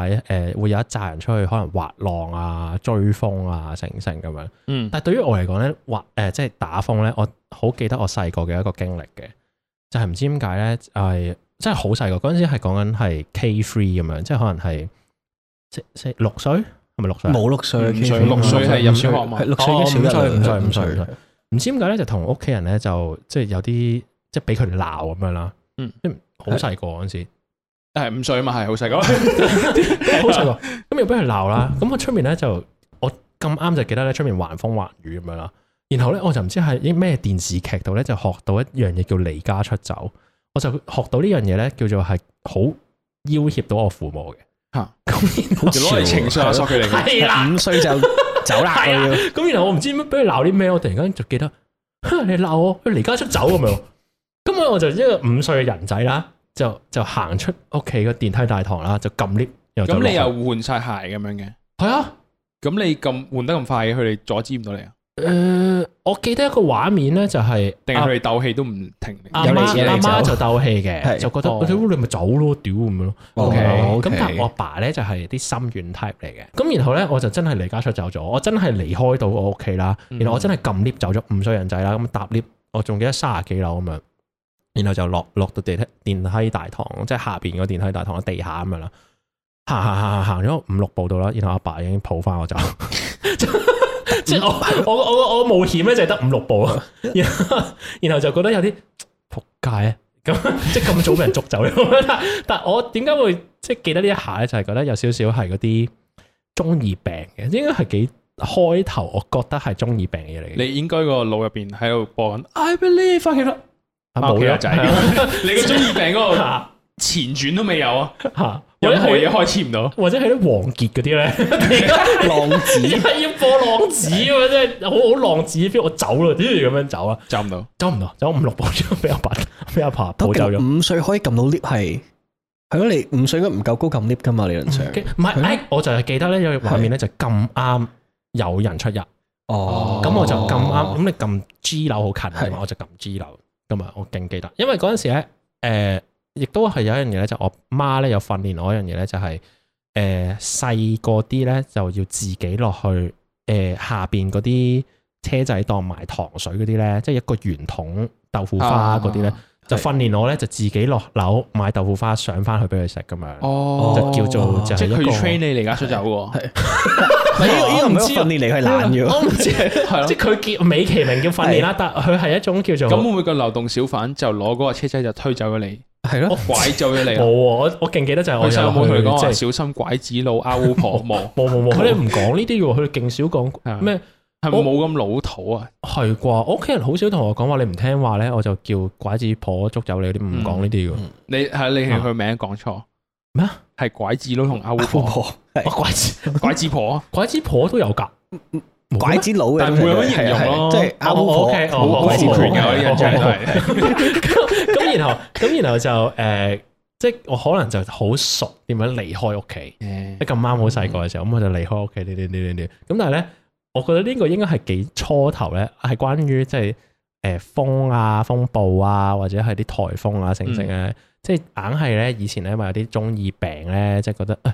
Speaker 1: 誒、會有一紮人出去可能滑浪啊、追風啊、成成咁樣。
Speaker 2: 嗯，
Speaker 1: 但係對於我嚟講咧，滑誒、呃即係打風咧，我好記得我細個嘅一個經歷嘅，就係、唔知點解咧，係真係好細個嗰陣時係講緊係 K three 咁樣，即係可能係即即六歲係咪六歲啊？
Speaker 3: 冇六歲，
Speaker 2: 五歲六歲係入小學嘛
Speaker 3: 係六歲已經小
Speaker 1: 哦五
Speaker 3: 一啦
Speaker 1: 歲五歲五歲唔知點解咧，就同屋企人咧就即係有啲即係俾佢哋鬧咁樣啦。
Speaker 2: 嗯，
Speaker 1: 即係好細個嗰陣時。
Speaker 2: 係五歲啊嘛，係好細個，
Speaker 1: 好細個，咁又俾佢鬧啦。咁我出面咧就我咁啱就記得咧，出面橫風橫雨咁樣啦。然後咧我就唔知係啲咩電視劇度咧就學到一樣嘢叫離家出走，我就學到呢樣嘢咧叫做係好要挾到我父母嘅。
Speaker 2: 嚇
Speaker 1: 咁然後
Speaker 2: 就攞嚟情緒啊勒索佢哋嘅。
Speaker 1: 係啦，
Speaker 3: 五歲就走啦，我要
Speaker 1: 咁然後我唔知點樣俾佢鬧啲咩，我突然間就記得，哼你鬧我，佢離家出走咁樣。咁我我就一個五歲嘅人仔啦，就就行出屋企個電梯大堂啦，就撳 lift，然後就
Speaker 2: 咁你
Speaker 1: 落去
Speaker 2: 又換晒鞋咁樣嘅，
Speaker 1: 係啊？
Speaker 2: 咁你咁換得咁快嘅，佢哋阻止唔到你啊？
Speaker 1: 誒、呃我記得一個畫面咧，就係
Speaker 2: 定係佢哋鬥氣都唔停你？
Speaker 1: 阿
Speaker 3: 有
Speaker 1: 媽
Speaker 3: 嚟有嚟
Speaker 1: 阿媽
Speaker 3: 走
Speaker 1: 就鬥氣嘅，
Speaker 3: 係
Speaker 1: 就覺得
Speaker 2: 哦
Speaker 1: 屌你咪走咯，屌咁樣咯。
Speaker 3: 哦
Speaker 1: OK，
Speaker 3: OK
Speaker 1: 咁但係我阿爸咧就係啲心軟 type 嚟嘅。咁然後咧我就真係離家出走咗，我真係離開到我屋企啦。
Speaker 2: 嗯
Speaker 1: 然後我真係撳 lift 走咗五歲人仔啦，咁搭 lift 我仲記得三十幾樓咁樣，然後就落落到地梯電梯大堂，即係下邊個電梯大堂嘅地下咁樣啦。行行行行行咗五六步到啦，然後阿爸已經抱翻我走。即係我我我我冒險咧就係得五六步 咯，然後然後就覺得有啲仆街啊，咁 即係咁早俾人捉走咁 但但我點解會即係記得呢一下咧？就係、覺得有少少係嗰啲中二病嘅，應該係幾開頭我覺得係中二病嘅嘢嚟嘅，
Speaker 2: 你應該個腦入邊喺度播緊 I believe 翻其啦，
Speaker 1: 啊冇
Speaker 2: 咗
Speaker 1: 咗
Speaker 2: 仔， 你個中二病 嗰個
Speaker 1: 嚇
Speaker 2: 前傳都未有啊，
Speaker 1: 嚇，或者
Speaker 2: 任何嘢
Speaker 1: 係
Speaker 2: 開始唔到。
Speaker 1: 或者係啲王傑嗰啲 咧，
Speaker 3: 浪 子
Speaker 1: 你係要播浪子喎，真係好好浪子 feel，我走啦，點解要咁樣走啊？
Speaker 2: 走唔到，
Speaker 1: 走唔到，走五六步鐘俾阿爸 俾阿爸抱
Speaker 3: 都
Speaker 1: 走咗。
Speaker 3: 五歲可以撳到 lift 係，係咯？你五歲應該唔夠高撳 lift 噶嘛？理論上，
Speaker 1: 嘅唔係，哎我就係記得咧有個畫面咧就咁啱有人出入，咁
Speaker 3: 哦，
Speaker 1: 我就咁啱，咁你撳 G 樓好近啊嘛，
Speaker 3: 係
Speaker 1: 我就撳 G 樓，咁啊我勁記得，因為嗰陣時咧誒，亦都係有一樣嘢咧，就我媽咧有訓練我一樣嘢咧，就係誒細個啲咧就要自己落去誒下邊嗰啲車仔檔賣糖水嗰啲咧，即係一個圓筒豆腐花嗰啲咧
Speaker 2: 啊，
Speaker 1: 就訓練我咧就自己落樓買豆腐花上翻去俾佢食咁樣。
Speaker 2: 哦
Speaker 1: 就叫做就
Speaker 2: 即
Speaker 1: 係
Speaker 2: 係佢
Speaker 1: 一個
Speaker 2: 要 train 你嚟家出走喎，
Speaker 3: 呢個哦呢個
Speaker 1: 我
Speaker 3: 唔
Speaker 1: 唔
Speaker 3: 係一
Speaker 1: 知啊
Speaker 3: 個訓練嚟，係 懶嘅。
Speaker 1: 我唔知，啊
Speaker 2: 係
Speaker 1: 即係佢叫美其名叫訓練啦，但佢係一種叫
Speaker 2: 咯。咁
Speaker 1: 做
Speaker 2: 會唔會個流動小販就攞嗰個車仔就推走咗你，
Speaker 3: 係咯，
Speaker 2: 拐走咗你
Speaker 1: 冇
Speaker 2: 啊
Speaker 1: 喎。？我我勁記得就係我
Speaker 2: 佢細佬冇同你講
Speaker 1: 即
Speaker 2: 話
Speaker 1: 係
Speaker 2: 小心拐子路拗烏婆冇，
Speaker 1: 冇冇 冇，佢哋唔講呢啲喎，佢哋勁少
Speaker 2: 係
Speaker 1: 講咩
Speaker 2: 係咪冇咁老土啊？
Speaker 1: 係啩？我屋企人好少同我講話你唔聽話咧，我就叫拐子婆捉走你嗰啲，
Speaker 2: 嗯
Speaker 1: 唔講呢啲嘅
Speaker 2: 你係你係佢名講錯，
Speaker 1: 啊咩啊？
Speaker 2: 係拐子佬同拗烏
Speaker 3: 富
Speaker 2: 婆，
Speaker 3: 婆係
Speaker 1: 哦拐子
Speaker 2: 拐子婆，啊
Speaker 1: 拐子婆都有㗎，
Speaker 2: 嗯
Speaker 1: 冇咩
Speaker 3: 拐子佬嘅，
Speaker 2: 但係唔會咁形容
Speaker 3: 係係
Speaker 2: 咯
Speaker 3: 即係阿烏
Speaker 1: 哦
Speaker 3: 婆
Speaker 1: ，OK，哦
Speaker 3: 冇
Speaker 2: 好
Speaker 3: 拐
Speaker 2: 自
Speaker 3: 子
Speaker 1: 哦
Speaker 3: 婆
Speaker 2: 權嘅我啲
Speaker 1: 哦
Speaker 2: 印象都係。
Speaker 1: 咁咁然後咁然後就誒，即係我可能就好熟點樣離開屋企。
Speaker 2: 誒
Speaker 1: 即咁啱好細個嘅時候，咁我就離開屋企，點點點點點。咁但係咧，我覺得呢個應該係幾初頭咧，係關於即係誒風啊、風暴啊，或者係啲颱風啊，
Speaker 2: 嗯
Speaker 1: 成成咧，即係硬係咧，以前咧咪有啲中二病咧，即係覺得啊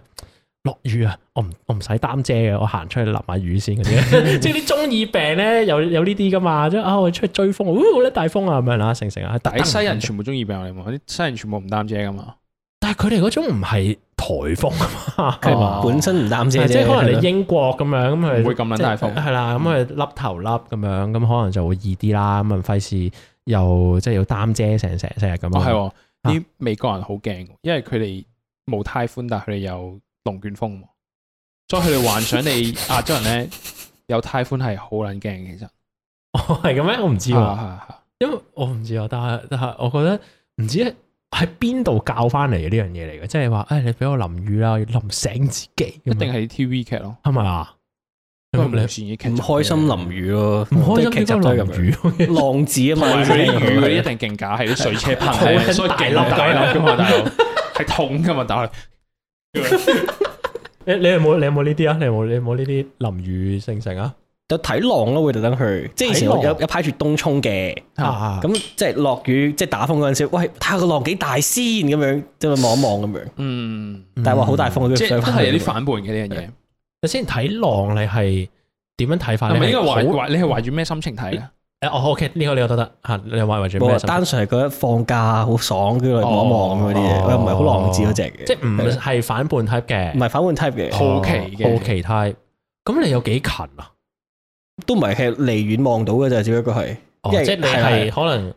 Speaker 1: 落雨啊，我唔我唔使擔遮嘅，我行出去淋下雨先嗰 啲， 即係啲中二病咧有有呢啲噶嘛，即係啊我出去追風，哦好叻大風啊咁樣啦，成成啊，但
Speaker 2: 但係西人全部中意病我哋冇，啲西人全部唔擔遮噶嘛。
Speaker 1: 但係佢哋嗰種唔係颱風啊嘛，
Speaker 2: 哦
Speaker 3: 本身唔擔遮啫，
Speaker 1: 即係可能
Speaker 3: 係
Speaker 1: 你
Speaker 3: 咯
Speaker 1: 英國咁樣咁佢
Speaker 2: 唔會咁撚大風
Speaker 1: 係啦，咁佢笠頭笠咁樣，咁可能就會易啲啦。咁啊費事又即係要擔遮成成成日咁
Speaker 2: 哦，係
Speaker 1: 樣。
Speaker 2: 喎，啲美國人好驚，因為佢哋冇太寬，但係佢哋有龍捲風喎，所以佢哋幻想你亞洲人咧 有太寬係好撚驚嘅，其實。
Speaker 1: 哦係咁咩？我唔知
Speaker 2: 係
Speaker 1: 喎，
Speaker 2: 啊係啊
Speaker 1: 因為我唔知啊。但係但係，我覺得唔知喺邊度教翻嚟嘅呢樣嘢嚟嘅，即係話哎誒你俾我淋雨啦，我要淋醒自己，
Speaker 2: 一
Speaker 1: 一
Speaker 2: 定係 TV 劇咯，
Speaker 1: 係咪啊？
Speaker 2: 因
Speaker 1: 咁
Speaker 2: 為
Speaker 1: 你
Speaker 2: 無線嘅劇
Speaker 3: 唔
Speaker 2: 集
Speaker 3: 開心淋雨咯，
Speaker 1: 唔開心
Speaker 3: 劇集
Speaker 1: 點解
Speaker 3: 都係
Speaker 1: 淋
Speaker 3: 咁
Speaker 1: 雨？
Speaker 3: 樣浪子啊
Speaker 2: 同埋
Speaker 3: 嘛，
Speaker 2: 佢啲魚嗰啲一定勁假，係啲水 車噴啊咧，
Speaker 1: 好
Speaker 2: 所以勁
Speaker 1: 大粒
Speaker 2: 大粒噶嘛，大佬係痛噶嘛，打佢
Speaker 1: 你你有冇你有冇呢啲啊？你有冇你有冇呢啲淋雨成成啊？
Speaker 3: 有睇浪咯，會特登去，即係以前我
Speaker 1: 睇
Speaker 3: 有
Speaker 1: 浪
Speaker 3: 有排住東涌嘅。
Speaker 1: 啊
Speaker 3: 咁即係落雨，即係打風嗰陣時，喂，睇下個浪幾大先咁樣，即係望一望咁樣。
Speaker 2: 嗯，
Speaker 3: 但係話好大風，我都
Speaker 2: 即係
Speaker 3: 想
Speaker 2: 都
Speaker 3: 返
Speaker 2: 係有啲
Speaker 3: 去
Speaker 2: 反叛嘅呢樣嘢。
Speaker 1: 你先睇浪，你係點樣睇法？
Speaker 2: 係
Speaker 1: 你
Speaker 2: 咪應該懷
Speaker 1: 好
Speaker 2: 懷你係懷住咩心情睇啊咧？
Speaker 1: 誒，哦，OK，呢個呢個都得嚇，你話為住
Speaker 3: 冇
Speaker 1: 咩
Speaker 3: 啊，
Speaker 1: 心
Speaker 3: 單純係覺得放假好爽，跟住嚟望一望咁嗰啲嘢，
Speaker 1: 哦
Speaker 3: 我又唔係好浪子嗰只嘅，
Speaker 1: 即係唔係反叛 type 嘅，
Speaker 3: 唔係反叛
Speaker 1: 哦
Speaker 3: type 嘅，
Speaker 2: 好奇嘅
Speaker 1: 好奇 type。咁你有幾近啊？
Speaker 3: 都唔係係離遠望到嘅就只不過係，
Speaker 1: 哦，
Speaker 3: 因為
Speaker 1: 即係你
Speaker 3: 係
Speaker 1: 係可能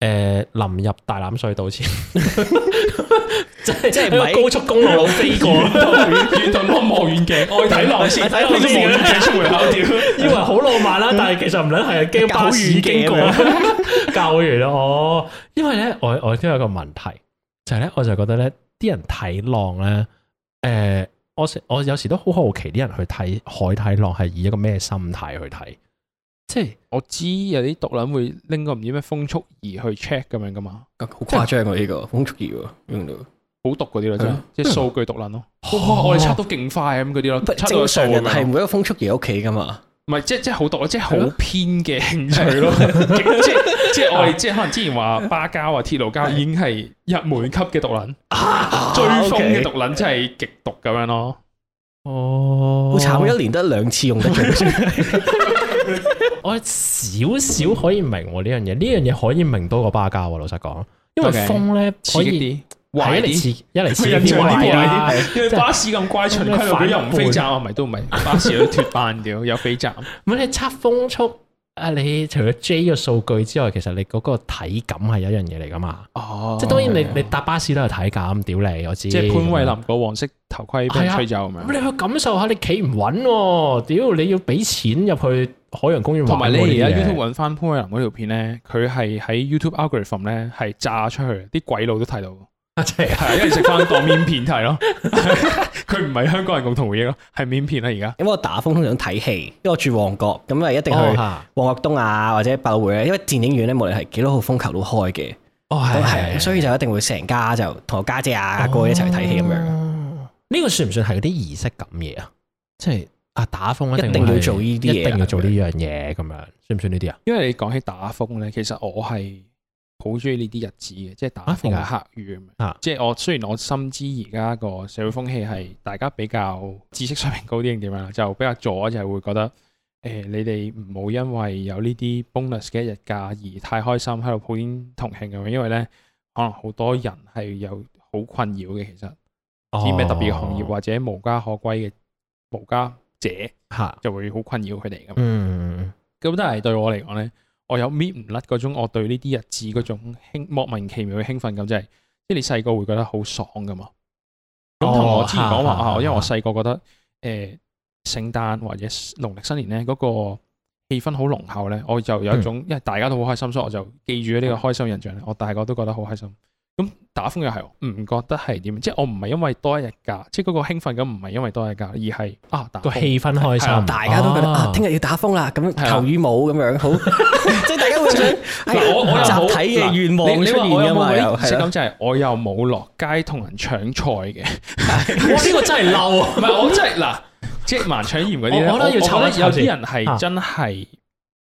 Speaker 1: 誒臨入大欖隧道 前，即係
Speaker 3: 即係唔
Speaker 1: 喺
Speaker 3: 係
Speaker 1: 個高速公路飛過，
Speaker 2: 遠到攞望遠鏡，我睇落 先，
Speaker 1: 睇
Speaker 2: 睇
Speaker 1: 落
Speaker 2: 落
Speaker 1: 先
Speaker 2: 望遠鏡出門口屌。
Speaker 1: 以為好浪漫
Speaker 2: 嗯
Speaker 1: 啦，但係其實唔撚係，啊驚巴士經過
Speaker 3: 搞 遠，
Speaker 1: 教完啦。哦，因為咧，我我都有個問題，就係咧，我就覺得咧，啲人睇浪咧，誒、我成我有時都好好奇啲人去睇海睇浪係以一個咩心態去睇，即係
Speaker 2: 我知有啲獨撚會拎個唔知咩風速儀去 check 咁樣噶嘛，
Speaker 3: 好誇張啊喎呢個風速搖喎，用到
Speaker 2: 好毒嗰啲咯，真
Speaker 3: 係
Speaker 2: 係
Speaker 3: 咯
Speaker 2: 即係數據獨撚咯。哇！
Speaker 1: 哦
Speaker 2: 我哋測到勁快咁嗰啲咯，測到
Speaker 3: 正
Speaker 2: 個數
Speaker 3: 常人
Speaker 2: 咁
Speaker 3: 係
Speaker 2: 樣
Speaker 3: 每一個風速搖屋企噶嘛，
Speaker 2: 唔係即係即係好毒咯，即係好
Speaker 3: 係咯
Speaker 2: 偏嘅興趣咯。 即係即係我哋即係可能之前話巴膠啊、鐵路膠已經係入門級嘅毒撚，追風嘅毒撚真係極毒咁樣咯。
Speaker 1: 哦
Speaker 3: 好
Speaker 2: 啊
Speaker 3: 慘，一年得兩次用得最多，
Speaker 1: 我少少可以明喎呢樣嘢，呢樣嘢可以明多過巴交啊喎。老實講，因為
Speaker 2: OK，
Speaker 1: 風咧可
Speaker 2: 刺激
Speaker 1: 以
Speaker 2: 啲，
Speaker 1: 係
Speaker 2: 壞
Speaker 1: 一嚟
Speaker 2: 啲。
Speaker 1: 刺激一嚟刺
Speaker 2: 佢
Speaker 1: 激
Speaker 2: 印
Speaker 1: 啲
Speaker 2: 象啲
Speaker 1: 壞
Speaker 2: 壞
Speaker 1: 啊
Speaker 2: 啲，因為巴士咁乖，循規
Speaker 1: 咩
Speaker 2: 蹈矩
Speaker 1: 反
Speaker 2: 又唔
Speaker 1: 叛
Speaker 2: 飛站啊，唔係都唔係，巴士都脱班屌，有飛站。
Speaker 1: 唔係你測風速啊，你除咗 J 嘅數據之外，其實你嗰個體感係一樣嘢嚟噶嘛。
Speaker 2: 哦
Speaker 1: 即係當然你你搭巴士都有體感，屌你我知。
Speaker 2: 即係潘慧林個黃色頭盔俾
Speaker 1: 係
Speaker 2: 人
Speaker 1: 啊
Speaker 2: 吹走咁
Speaker 1: 咁
Speaker 2: 樣。
Speaker 1: 你去感受下，你企唔穩喎，屌你要俾錢入去海洋公園玩喎。
Speaker 2: 同埋你而
Speaker 1: 呢啲嘢哦
Speaker 2: 家 YouTube 揾翻潘慧林嗰條片咧，佢係喺 YouTube algorithm 咧係炸出去，啲鬼佬都睇到。
Speaker 1: 啊真係啊
Speaker 2: 係，因為食翻當面片睇咯。 佢唔係香港人共同回憶咯，係面片啦而家。
Speaker 3: 因為我打風通常睇 戲，因為我住旺角，咁啊咪一定去
Speaker 1: 哦嚇
Speaker 3: 旺角東亞或者百老匯啊咧，因為電影院咧無論係幾多號風球都開嘅，
Speaker 1: 哦係
Speaker 3: 咁係，
Speaker 1: 係，
Speaker 3: 所以就一定會成家就同我家姐
Speaker 2: 哦
Speaker 3: 啊阿哥一齊去睇戲咁樣，
Speaker 1: 哦呢個算唔算係嗰啲儀式感嘢啊？即係啊打風
Speaker 3: 一
Speaker 1: 一
Speaker 3: 定
Speaker 1: 會
Speaker 3: 要
Speaker 1: 係
Speaker 3: 做呢啲嘢
Speaker 1: 一定要做呢樣嘢咁樣，算唔算呢啲啊？
Speaker 2: 因為你講起打風咧，其實我係好中意呢啲日子嘅，即係打
Speaker 1: 啊點
Speaker 2: 風
Speaker 1: 解
Speaker 2: 黑雨咁樣。
Speaker 1: 啊
Speaker 2: 即係我雖然我深知而家個社會風氣係大家比較知識水平高啲定點樣啦，就比較左就係會覺得誒、你哋唔好因為有呢啲 bonus 嘅一日假而太開心喺度普天同慶咁樣，因為咧可能好多人係有好困擾嘅，其實啲咩特別嘅行業
Speaker 1: 啊？
Speaker 2: 或者無家可歸嘅無家者
Speaker 1: 嚇，
Speaker 2: 就會好困擾佢哋咁。
Speaker 1: 嗯，
Speaker 2: 咁但係對我嚟講咧，我有搣唔甩嗰種我對呢啲日子嗰種興莫名其妙嘅興奮感，即係即係你細個會覺得好爽噶嘛。咁同我之前講話
Speaker 1: 哦嚇
Speaker 2: 啊，
Speaker 1: 嚇
Speaker 2: 因為我細個覺得誒聖誕或者農曆新年咧嗰個氣氛好濃厚咧，我就有一
Speaker 1: 嗯
Speaker 2: 種因為大家都好開心，所以我就記住咗呢個開心印象咧。我大個都覺得好開心。咁打風又係唔覺得係點，即係我唔係因為多一日假，即係嗰個興奮感唔係因為多一日假，而係啊打
Speaker 1: 個
Speaker 2: 風
Speaker 1: 氣氛開
Speaker 2: 係啊
Speaker 1: 心，哦
Speaker 3: 大家都覺得啊，聽
Speaker 1: 日
Speaker 3: 日要打風啦，咁
Speaker 2: 係啊
Speaker 3: 求雨冇咁樣， 好， 即係大家會想哎
Speaker 2: 嗱我我又冇
Speaker 3: 集體嘅願望
Speaker 2: 你
Speaker 3: 出
Speaker 2: 你話我
Speaker 3: 現
Speaker 2: 有
Speaker 3: 噶嘛，
Speaker 2: 冇
Speaker 3: 又
Speaker 2: 嗰啲
Speaker 3: 係
Speaker 2: 食
Speaker 3: 啦
Speaker 2: 感就係我又冇落街同人搶菜嘅，唔
Speaker 1: 哇呢個真係嬲啊！
Speaker 2: 係我真係嗱， 即係盲搶鹽嗰啲咧，
Speaker 1: 我我覺得要
Speaker 2: 我
Speaker 1: 湊一
Speaker 2: 覺得有
Speaker 1: 湊先
Speaker 2: 啲人係
Speaker 1: 啊
Speaker 2: 真係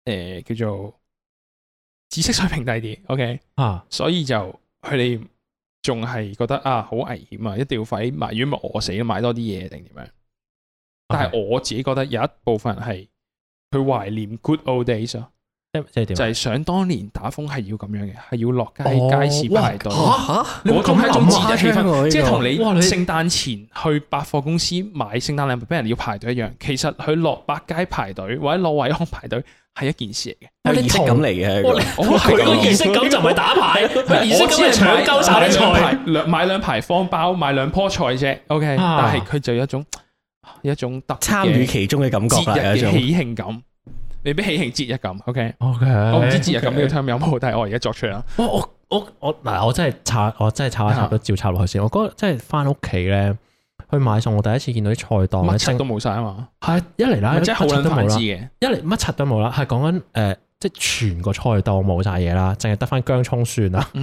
Speaker 2: 誒叫做知識水平低啲，OK，
Speaker 1: 啊，
Speaker 2: 所以就佢哋仲係覺得啊好危險啊，一定要快啲買，如果唔係餓死，買多啲嘢定點樣？但係我自己覺得有一部分人係佢懷念 good old days 咯，
Speaker 1: 即即係點
Speaker 2: 就
Speaker 1: 啊？
Speaker 2: 係想當年打風係要咁樣嘅，係要落街
Speaker 1: 哦
Speaker 2: 街市
Speaker 1: 哇
Speaker 2: 排隊。
Speaker 3: 嚇
Speaker 2: 你會
Speaker 1: 啊
Speaker 2: 咁係一種節日氣
Speaker 3: 咁誇張喎呢
Speaker 2: 氛，
Speaker 3: 個
Speaker 2: 即係同你
Speaker 1: 哇你
Speaker 2: 聖誕前去百貨公司買聖誕禮物俾人要排隊一樣。其實佢落百佳排隊或者落惠康排隊係一件事嚟嘅。
Speaker 3: 有儀式感嚟嘅，
Speaker 1: 哇
Speaker 3: 係
Speaker 1: 你佢個儀式感就唔係打牌，佢儀式
Speaker 2: 我只
Speaker 1: 感係搶鳩晒啲
Speaker 2: 買兩
Speaker 1: 菜。
Speaker 2: 排，兩買兩排方包，買兩棵菜啫。OK，
Speaker 1: 啊
Speaker 2: 但係佢就有一種啊有一種特別嘅
Speaker 3: 參與其中嘅感覺
Speaker 2: 節
Speaker 3: 啦，有
Speaker 2: 日
Speaker 3: 一
Speaker 2: 嘅
Speaker 3: 種
Speaker 2: 喜慶感，未必喜慶節日感。OK，
Speaker 1: O K，
Speaker 2: 我唔知節日感呢個 term 有冇，但係我而家作出嚟啦。
Speaker 1: 我我我我嗱，我真係插，我真係插一插都照插落去先。我嗰日真係翻屋企咧去買餸，我哦第一次見到啲菜檔
Speaker 2: 乜
Speaker 1: 咧，
Speaker 2: 柒
Speaker 1: 升
Speaker 2: 都冇晒啊嘛，
Speaker 1: 係一嚟啦，
Speaker 2: 真係好
Speaker 1: 乜柒
Speaker 2: 撚
Speaker 1: 都冇
Speaker 2: 反智
Speaker 1: 啦，
Speaker 2: 嘅。
Speaker 1: 一嚟乜柒都冇啦，係講緊誒，即係全個菜檔冇晒嘢啦，淨係得翻姜葱蒜啦，同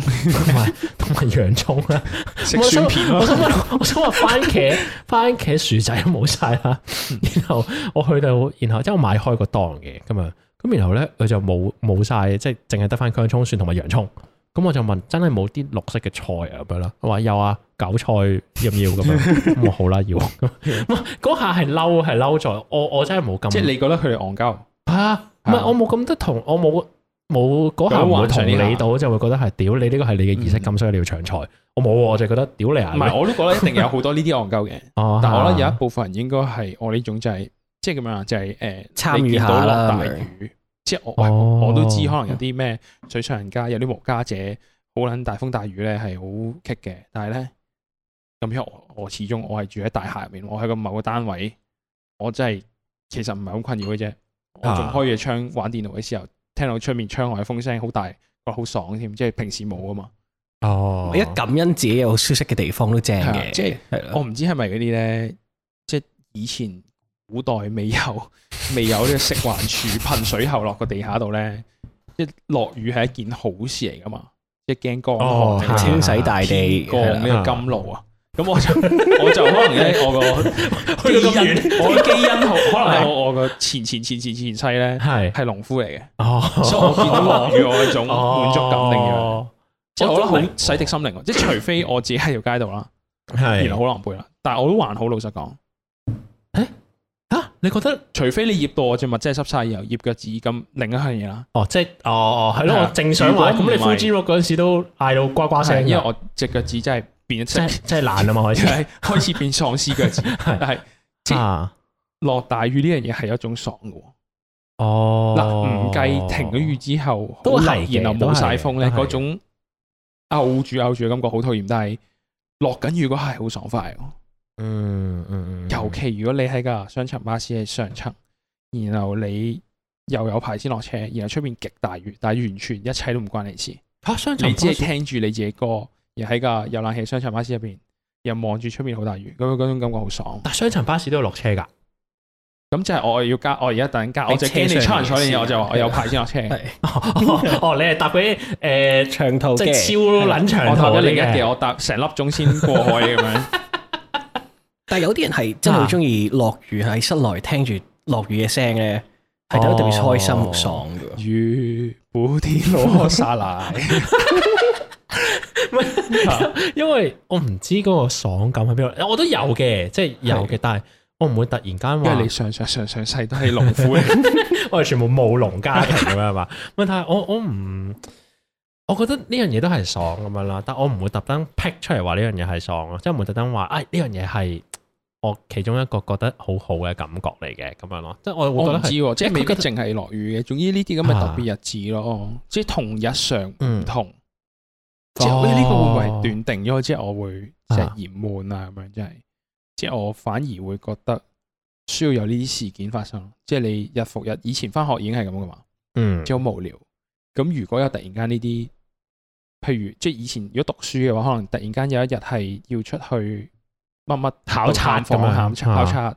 Speaker 1: 埋同埋洋葱啦。
Speaker 2: 嗯食蒜片咯
Speaker 1: 我。想問，我想話番茄番茄薯仔都冇晒啦。
Speaker 2: 嗯
Speaker 1: 然後我去到，然後即係我買開個檔嘅咁樣，咁然後咧佢就冇冇晒，即係淨係得翻姜葱蒜同埋洋葱。咁我就問，真係冇啲綠色嘅菜啊咁樣啦？我話有啊，韭菜要唔要咁樣？咁我好啦，要。咁嗰下係嬲，係嬲在我我真係冇咁。
Speaker 2: 即係你覺得佢哋戇鳩，
Speaker 1: 啊，唔
Speaker 2: 啊
Speaker 1: 係我冇咁得同，我冇冇嗰下
Speaker 2: 有
Speaker 1: 唔會
Speaker 2: 幻想
Speaker 1: 同
Speaker 2: 呢下
Speaker 1: 你嗯到，就會覺得係屌你呢個係你嘅儀式感，所以你要搶菜。我冇喎，我就覺得屌你啊！
Speaker 2: 唔 係我都覺得一定有好多呢啲戇鳩嘅。
Speaker 1: 哦，
Speaker 2: 但我覺得有一
Speaker 1: 嚇
Speaker 2: 部分人應該係我呢種就係即係咁樣啊，就係誒
Speaker 3: 參與下
Speaker 2: 到落
Speaker 3: 啦
Speaker 2: 大
Speaker 3: 咁樣
Speaker 2: 雨，即係我喂
Speaker 1: 哦
Speaker 2: 我都知可能有啲咩水上人家有啲無家者好撚大風大雨咧係好棘嘅，但係咧咁樣我我始終我係住喺大廈入面，我喺個某個單位，我真係其實唔係好困擾嘅啫。我仲
Speaker 1: 啊
Speaker 2: 開住窗玩電腦嘅時候，聽到出面窗外嘅風聲好大，覺得好爽添，即係平時冇啊嘛。
Speaker 1: 哦，
Speaker 3: 一感恩自己有舒適嘅地方都正
Speaker 2: 係啊
Speaker 3: 嘅，
Speaker 2: 即係
Speaker 3: 係
Speaker 2: 我
Speaker 3: 咯，
Speaker 2: 唔知係咪嗰啲咧，即係以前古代未有 未有呢個食環署噴水喉落個地下度咧，即係落雨係一件好事嚟噶嘛，即係驚乾
Speaker 1: 哦係
Speaker 2: 旱定
Speaker 3: 啊清洗大
Speaker 2: 係
Speaker 3: 地，係
Speaker 2: 降
Speaker 3: 啦
Speaker 2: 呢個甘露啊。咁我就 我就可能咧，我 個
Speaker 1: 去到咁遠
Speaker 2: 基因我基因好可能係我我個前前前前前妻咧
Speaker 1: 係
Speaker 2: 係農夫嚟嘅，
Speaker 1: 哦，
Speaker 2: 所以我見到落雨我有一種滿足感定樣，
Speaker 1: 哦
Speaker 2: 哦即係我覺得
Speaker 1: 我都明
Speaker 2: 好洗滌心靈喎。即係除非我自己喺條街度啦，
Speaker 1: 係
Speaker 2: 然後好狼狽啦，啊但係我都還好老實講。
Speaker 1: 啊，你覺得
Speaker 2: 除非你醃到我隻襪真係濕晒，然後醃腳趾咁另一樣嘢啦。
Speaker 1: 哦，即係哦哦，係咯，
Speaker 2: 係啊
Speaker 1: 我正想話，
Speaker 2: 如果
Speaker 1: 咁
Speaker 2: 唔係
Speaker 1: 你 Fuji Rock 嗰陣時都嗌到呱呱
Speaker 2: 係
Speaker 1: 聲，
Speaker 2: 因為我隻腳趾真係變
Speaker 1: 真
Speaker 2: 咗色，
Speaker 1: 係真係爛啊嘛，開始
Speaker 2: 係開始 變 喪屍腳趾。但係即係
Speaker 1: 啊，
Speaker 2: 落大雨呢樣嘢係有一種爽嘅喎，
Speaker 1: 哦，
Speaker 2: 嗱，唔計停咗雨之後，好
Speaker 1: 都係
Speaker 2: 落
Speaker 1: 嘅
Speaker 2: 然後
Speaker 1: 都
Speaker 2: 冇
Speaker 1: 係
Speaker 2: 晒風咧，
Speaker 1: 都係
Speaker 2: 嗰種漚住漚住嘅感覺好討厭。但係落緊雨嗰下係好爽快喎，
Speaker 1: 嗯，嗯嗯嗯，
Speaker 2: 尤其如果你喺架雙層巴士喺上層，然後你又有排先落車，然後出面極大雨，但係完全一切都唔關你事，
Speaker 1: 吓商場
Speaker 2: 你只
Speaker 1: 巴士
Speaker 2: 係聽住你自己歌，而喺架有冷氣雙層巴士入邊，又望住出面好大雨，咁樣嗰種感覺好爽。
Speaker 1: 但商場巴士都要落車噶，
Speaker 2: 咁就係我要加，我而家等加，
Speaker 3: 你
Speaker 2: 我就驚你
Speaker 3: 車
Speaker 2: 出
Speaker 3: 上
Speaker 2: 人所
Speaker 3: 面
Speaker 2: 料，
Speaker 3: 嘅
Speaker 2: 我就話我有排先落車。
Speaker 3: 係
Speaker 1: 哦，你係搭嗰啲诶，
Speaker 3: 長途
Speaker 1: 即
Speaker 3: 嘅，
Speaker 1: 係超撚長
Speaker 2: 我
Speaker 1: 途
Speaker 2: 搭
Speaker 1: 嗰
Speaker 2: 一
Speaker 1: 啲
Speaker 2: 零一嘅，
Speaker 1: 嘅，
Speaker 2: 我搭成粒鐘先過海咁樣。
Speaker 3: 但係有啲人係真係
Speaker 2: 啊
Speaker 3: 好中意落雨喺室內聽住落雨嘅聲咧，係睇得特別開心
Speaker 1: 哦
Speaker 3: 爽嘅。
Speaker 2: 如古天樂沙奶，
Speaker 1: 因為我唔知嗰個爽感喺邊度，我都有嘅，即係有嘅，但係我唔會突然間
Speaker 2: 因為
Speaker 1: 話
Speaker 2: 你。上上上上世都係農夫嚟，
Speaker 1: 我哋全部務農家庭咁樣係嘛？問題係我我唔，我覺得呢樣嘢都係爽咁樣啦，但我唔會特登 pick 出嚟話呢樣嘢係爽咯，即係唔會特登話，哎呢樣嘢係我其中一個覺得好好嘅感覺嚟嘅咁樣咯，即係我會
Speaker 2: 我
Speaker 1: 覺
Speaker 2: 唔
Speaker 1: 得啊嗯
Speaker 2: 知
Speaker 1: 係
Speaker 2: 喎，即係未必
Speaker 1: 佢覺
Speaker 2: 淨係落雨嘅。總之呢啲咁嘅特別日子咯，哦即係同日常唔
Speaker 1: 嗯
Speaker 2: 同。即係
Speaker 1: 哦
Speaker 2: 喂呢個會唔會係斷定咗？即係我會即係嫌悶啊咁樣，即係即係我反而會覺得需要有呢啲事件發生。即係你日復日，以前翻學已經係咁噶嘛。
Speaker 1: 嗯
Speaker 2: 即係好無聊。咁如果有突然間呢啲，譬如即係以前如果讀書嘅話，可能突然間有一日係要出去乜乜
Speaker 1: 考察
Speaker 2: 探
Speaker 1: 咁
Speaker 2: 訪
Speaker 1: 樣
Speaker 2: 考察考
Speaker 1: 啊
Speaker 2: 察。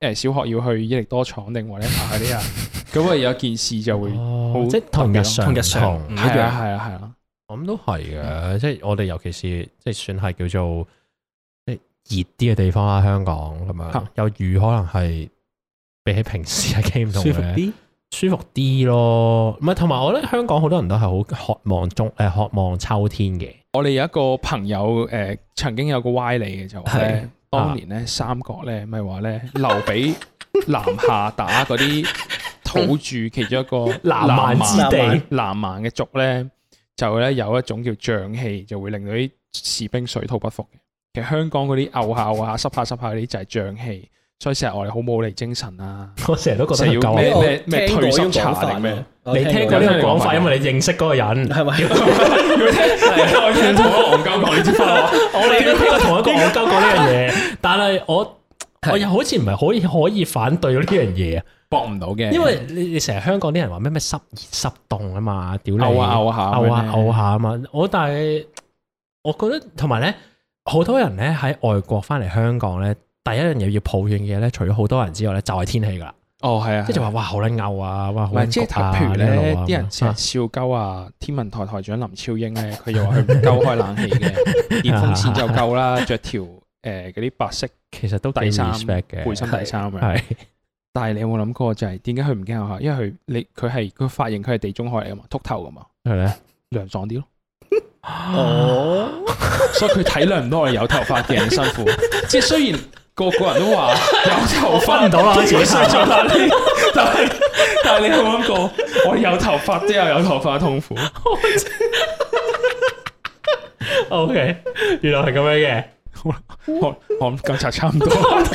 Speaker 2: 誒小學要去益力多廠定或者嗰啲啊，咁啊有件事就會好
Speaker 1: 哦即係同日常
Speaker 3: 同日常
Speaker 1: 唔
Speaker 3: 唔一
Speaker 1: 同
Speaker 2: 係啊
Speaker 3: 樣，
Speaker 2: 係啊係啊，
Speaker 1: 我諗都係嘅，即係我哋尤其是即係算係叫做即係熱啲嘅地方啦，香港咁樣
Speaker 2: 嚇
Speaker 1: 有雨可能係比起平時係幾唔同
Speaker 3: 舒服
Speaker 1: 嘅。
Speaker 3: 啲。
Speaker 1: 舒服啲咯，唔係同埋我覺得香港好多人都係好渴望中誒、呃渴望秋天嘅，
Speaker 2: 我哋有一個朋友誒、呃曾經有個歪理嘅就話咧，當年咧三國咧咪話咧留俾南下打嗰啲土著其中一個
Speaker 1: 南蠻之地
Speaker 2: 南蠻嘅族咧，就咧有一種叫瘴氣，就會令到啲士兵水土不服嘅。其實香港嗰啲漚下漚下濕下濕下嗰啲就係瘴氣，所以成日我哋好冇力精神啊。
Speaker 1: 我成日都覺得係
Speaker 2: 成日要
Speaker 1: 夠
Speaker 2: 咩
Speaker 1: 啦。
Speaker 2: 咩咩退濕茶定咩
Speaker 3: 我
Speaker 1: 你聽
Speaker 3: 聽
Speaker 1: 過
Speaker 3: 過呢
Speaker 1: 呢
Speaker 3: 個
Speaker 1: 個講法，因為你認識嗰個人，
Speaker 3: 係咪？
Speaker 2: 我聽到我戇鳩講，你知我
Speaker 1: 我哋都聽過同一個戇鳩講呢樣嘢，但係我我又好似唔係可以可以反對呢樣嘢啊，
Speaker 2: 搏唔到嘅，
Speaker 1: 因為你你成日香港啲人話咩咩濕熱濕凍啊嘛，屌你
Speaker 2: 漚下漚下咁
Speaker 1: 嘔
Speaker 2: 樣
Speaker 1: 下
Speaker 2: 呢
Speaker 1: 嘔下啊嘛！我但係我覺得同埋咧，好多人咧喺外國翻嚟香港咧，第一樣嘢要抱怨嘅嘢咧，除咗好多人之外咧，就係天氣噶啦，
Speaker 2: 哦係啊，
Speaker 1: 即係就話哇好撚嘔啊，哇好
Speaker 2: 唔係
Speaker 1: 撚
Speaker 2: 即係
Speaker 1: 焗啊
Speaker 2: 譬如
Speaker 1: 呢
Speaker 2: 咧
Speaker 1: 一路，啊
Speaker 2: 啲人成日
Speaker 1: 啊
Speaker 2: 笑鳩啊，天文台台長林超英咧，佢又話佢唔夠開冷氣 嘅，電風扇就夠啦，着條誒嗰啲白色
Speaker 1: 其實都幾
Speaker 2: 底衫、
Speaker 1: respect 嘅，
Speaker 2: 背心底衫咁樣。
Speaker 1: 係
Speaker 2: 但係你有冇諗過就係點解佢唔驚下？啊因為佢你佢係佢發現佢係地中海嚟噶嘛，禿頭噶嘛，
Speaker 1: 係 咧，
Speaker 2: 涼爽啲咯，
Speaker 3: 哦，
Speaker 2: 所以佢體諒唔到我哋有頭髮嘅人辛 苦。即係雖然個個人都話有頭
Speaker 1: 分
Speaker 2: 髮
Speaker 1: 唔到啦，自己
Speaker 2: 衰咗啦，你但係但係你有冇諗過我有頭髮都有有頭髮嘅 痛苦？
Speaker 1: O K，原來係咁樣嘅。
Speaker 2: 我我諗警察差 唔多，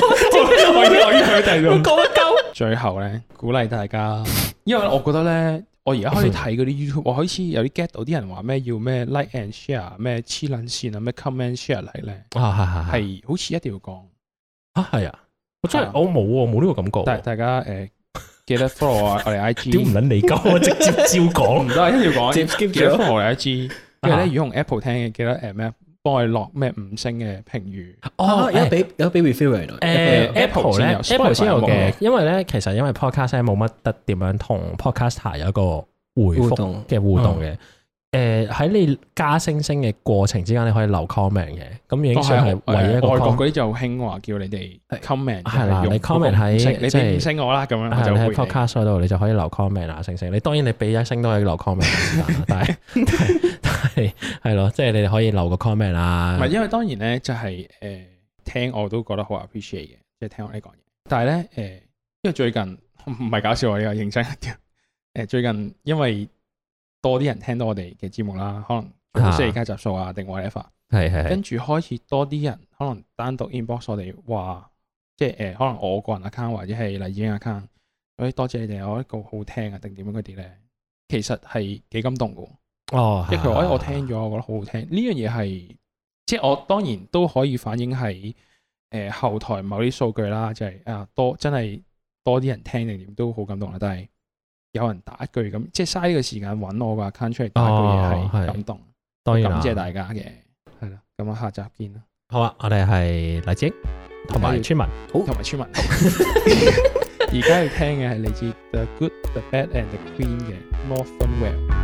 Speaker 2: 我我要我要去第二度。
Speaker 1: 講乜鳩？
Speaker 2: 最後咧，鼓勵大家，因為我覺得咧，我而家開始睇嗰啲 YouTube，我開始有啲 get 到啲人話咩要咩 like and share，咩黐撚線啊，咩 comment share like 咧，
Speaker 1: 啊係係係
Speaker 2: 係好似一定要講。
Speaker 1: 啊係啊！我真
Speaker 2: 係啊
Speaker 1: 係我冇喎，冇呢個感覺
Speaker 2: 但係
Speaker 1: 喎。
Speaker 2: 大家誒記得 follow 我我哋 IG，
Speaker 1: 屌唔撚你鳩，我直接照講
Speaker 2: 唔。得一定要講，
Speaker 3: 接 skip
Speaker 2: 記得
Speaker 3: 咗
Speaker 2: follow 我哋 IG。跟住
Speaker 1: 啊
Speaker 2: 咧，如果用 Apple 聽嘅，記得誒咩幫我哋落咩五星嘅評語。
Speaker 1: 啊
Speaker 3: 哦，有俾有俾 review 原來
Speaker 1: 誒
Speaker 2: 誒
Speaker 1: 呃
Speaker 2: Apple
Speaker 1: Apple 咧
Speaker 2: 先有
Speaker 1: ，Apple 先有
Speaker 2: Spotify 冇啊
Speaker 1: 嘅，因為咧其實因為 podcast 咧冇乜得點樣同 podcaster 有一個回
Speaker 3: 互
Speaker 1: 覆
Speaker 3: 動
Speaker 1: 嘅互動
Speaker 2: 嗯
Speaker 1: 嘅。誒喺你加星星嘅過程之間，你可以留 comment 嘅，咁已經算係
Speaker 2: 哦係
Speaker 1: 唯一一個
Speaker 2: 外國
Speaker 1: com-
Speaker 2: 嗰啲就興話叫你哋 comment，
Speaker 1: 係啦
Speaker 2: 就用
Speaker 1: 你 comment 喺
Speaker 2: 五星你
Speaker 1: 即
Speaker 2: 俾
Speaker 1: 係
Speaker 2: 五星我啦，咁樣我
Speaker 1: 係
Speaker 2: 就
Speaker 1: 啊你喺
Speaker 2: 會
Speaker 1: podcast 嗰度，你就可以留 comment 啦，星星。你當然你俾一星都可以留 comment，啦 但係但係係咯，即係你哋可以留個 comment 啊啦
Speaker 2: 唔係。因為當然咧，就係誒聽我都覺得好 appreciate 嘅，即係聽我呢講嘢。但係咧誒，因為最近 唔係搞笑我呢個認真一 啲誒，最近因為多啲人聽到我哋嘅節目啦，可能
Speaker 1: 啊
Speaker 2: 即係而家集數啊，定 whatever，
Speaker 1: 係係係
Speaker 2: 跟住開始多啲人可能單獨 inbox 我哋話，即係誒、呃可能我個人 account 或者係黎子英 account，哎多謝你哋，我一個好聽啊，定點樣嗰啲咧，其實係幾感動嘅喎。
Speaker 1: 哦，
Speaker 2: 即係佢話：哎，我聽咗，我覺得好好聽。呢樣嘢係即係我當然都可以反映喺誒、呃、後台某啲數據啦，就係、啊多真係多啲人聽定點都好感動啦。但係有人打一句咁，即係嘥呢個時間揾我個 account 出嚟打一句
Speaker 1: 哦
Speaker 2: 嘢係
Speaker 1: 係
Speaker 2: 感動，
Speaker 1: 當然
Speaker 2: 感
Speaker 1: 啦，嗯
Speaker 2: 謝大家嘅。係啦，咁啊下集見啦，
Speaker 1: 好啊，我哋係黎晶同埋村民，
Speaker 2: 同 埋 村民。而家要聽嘅係嚟自 The Good、The Bad and the Queen 嘅 Northern Well。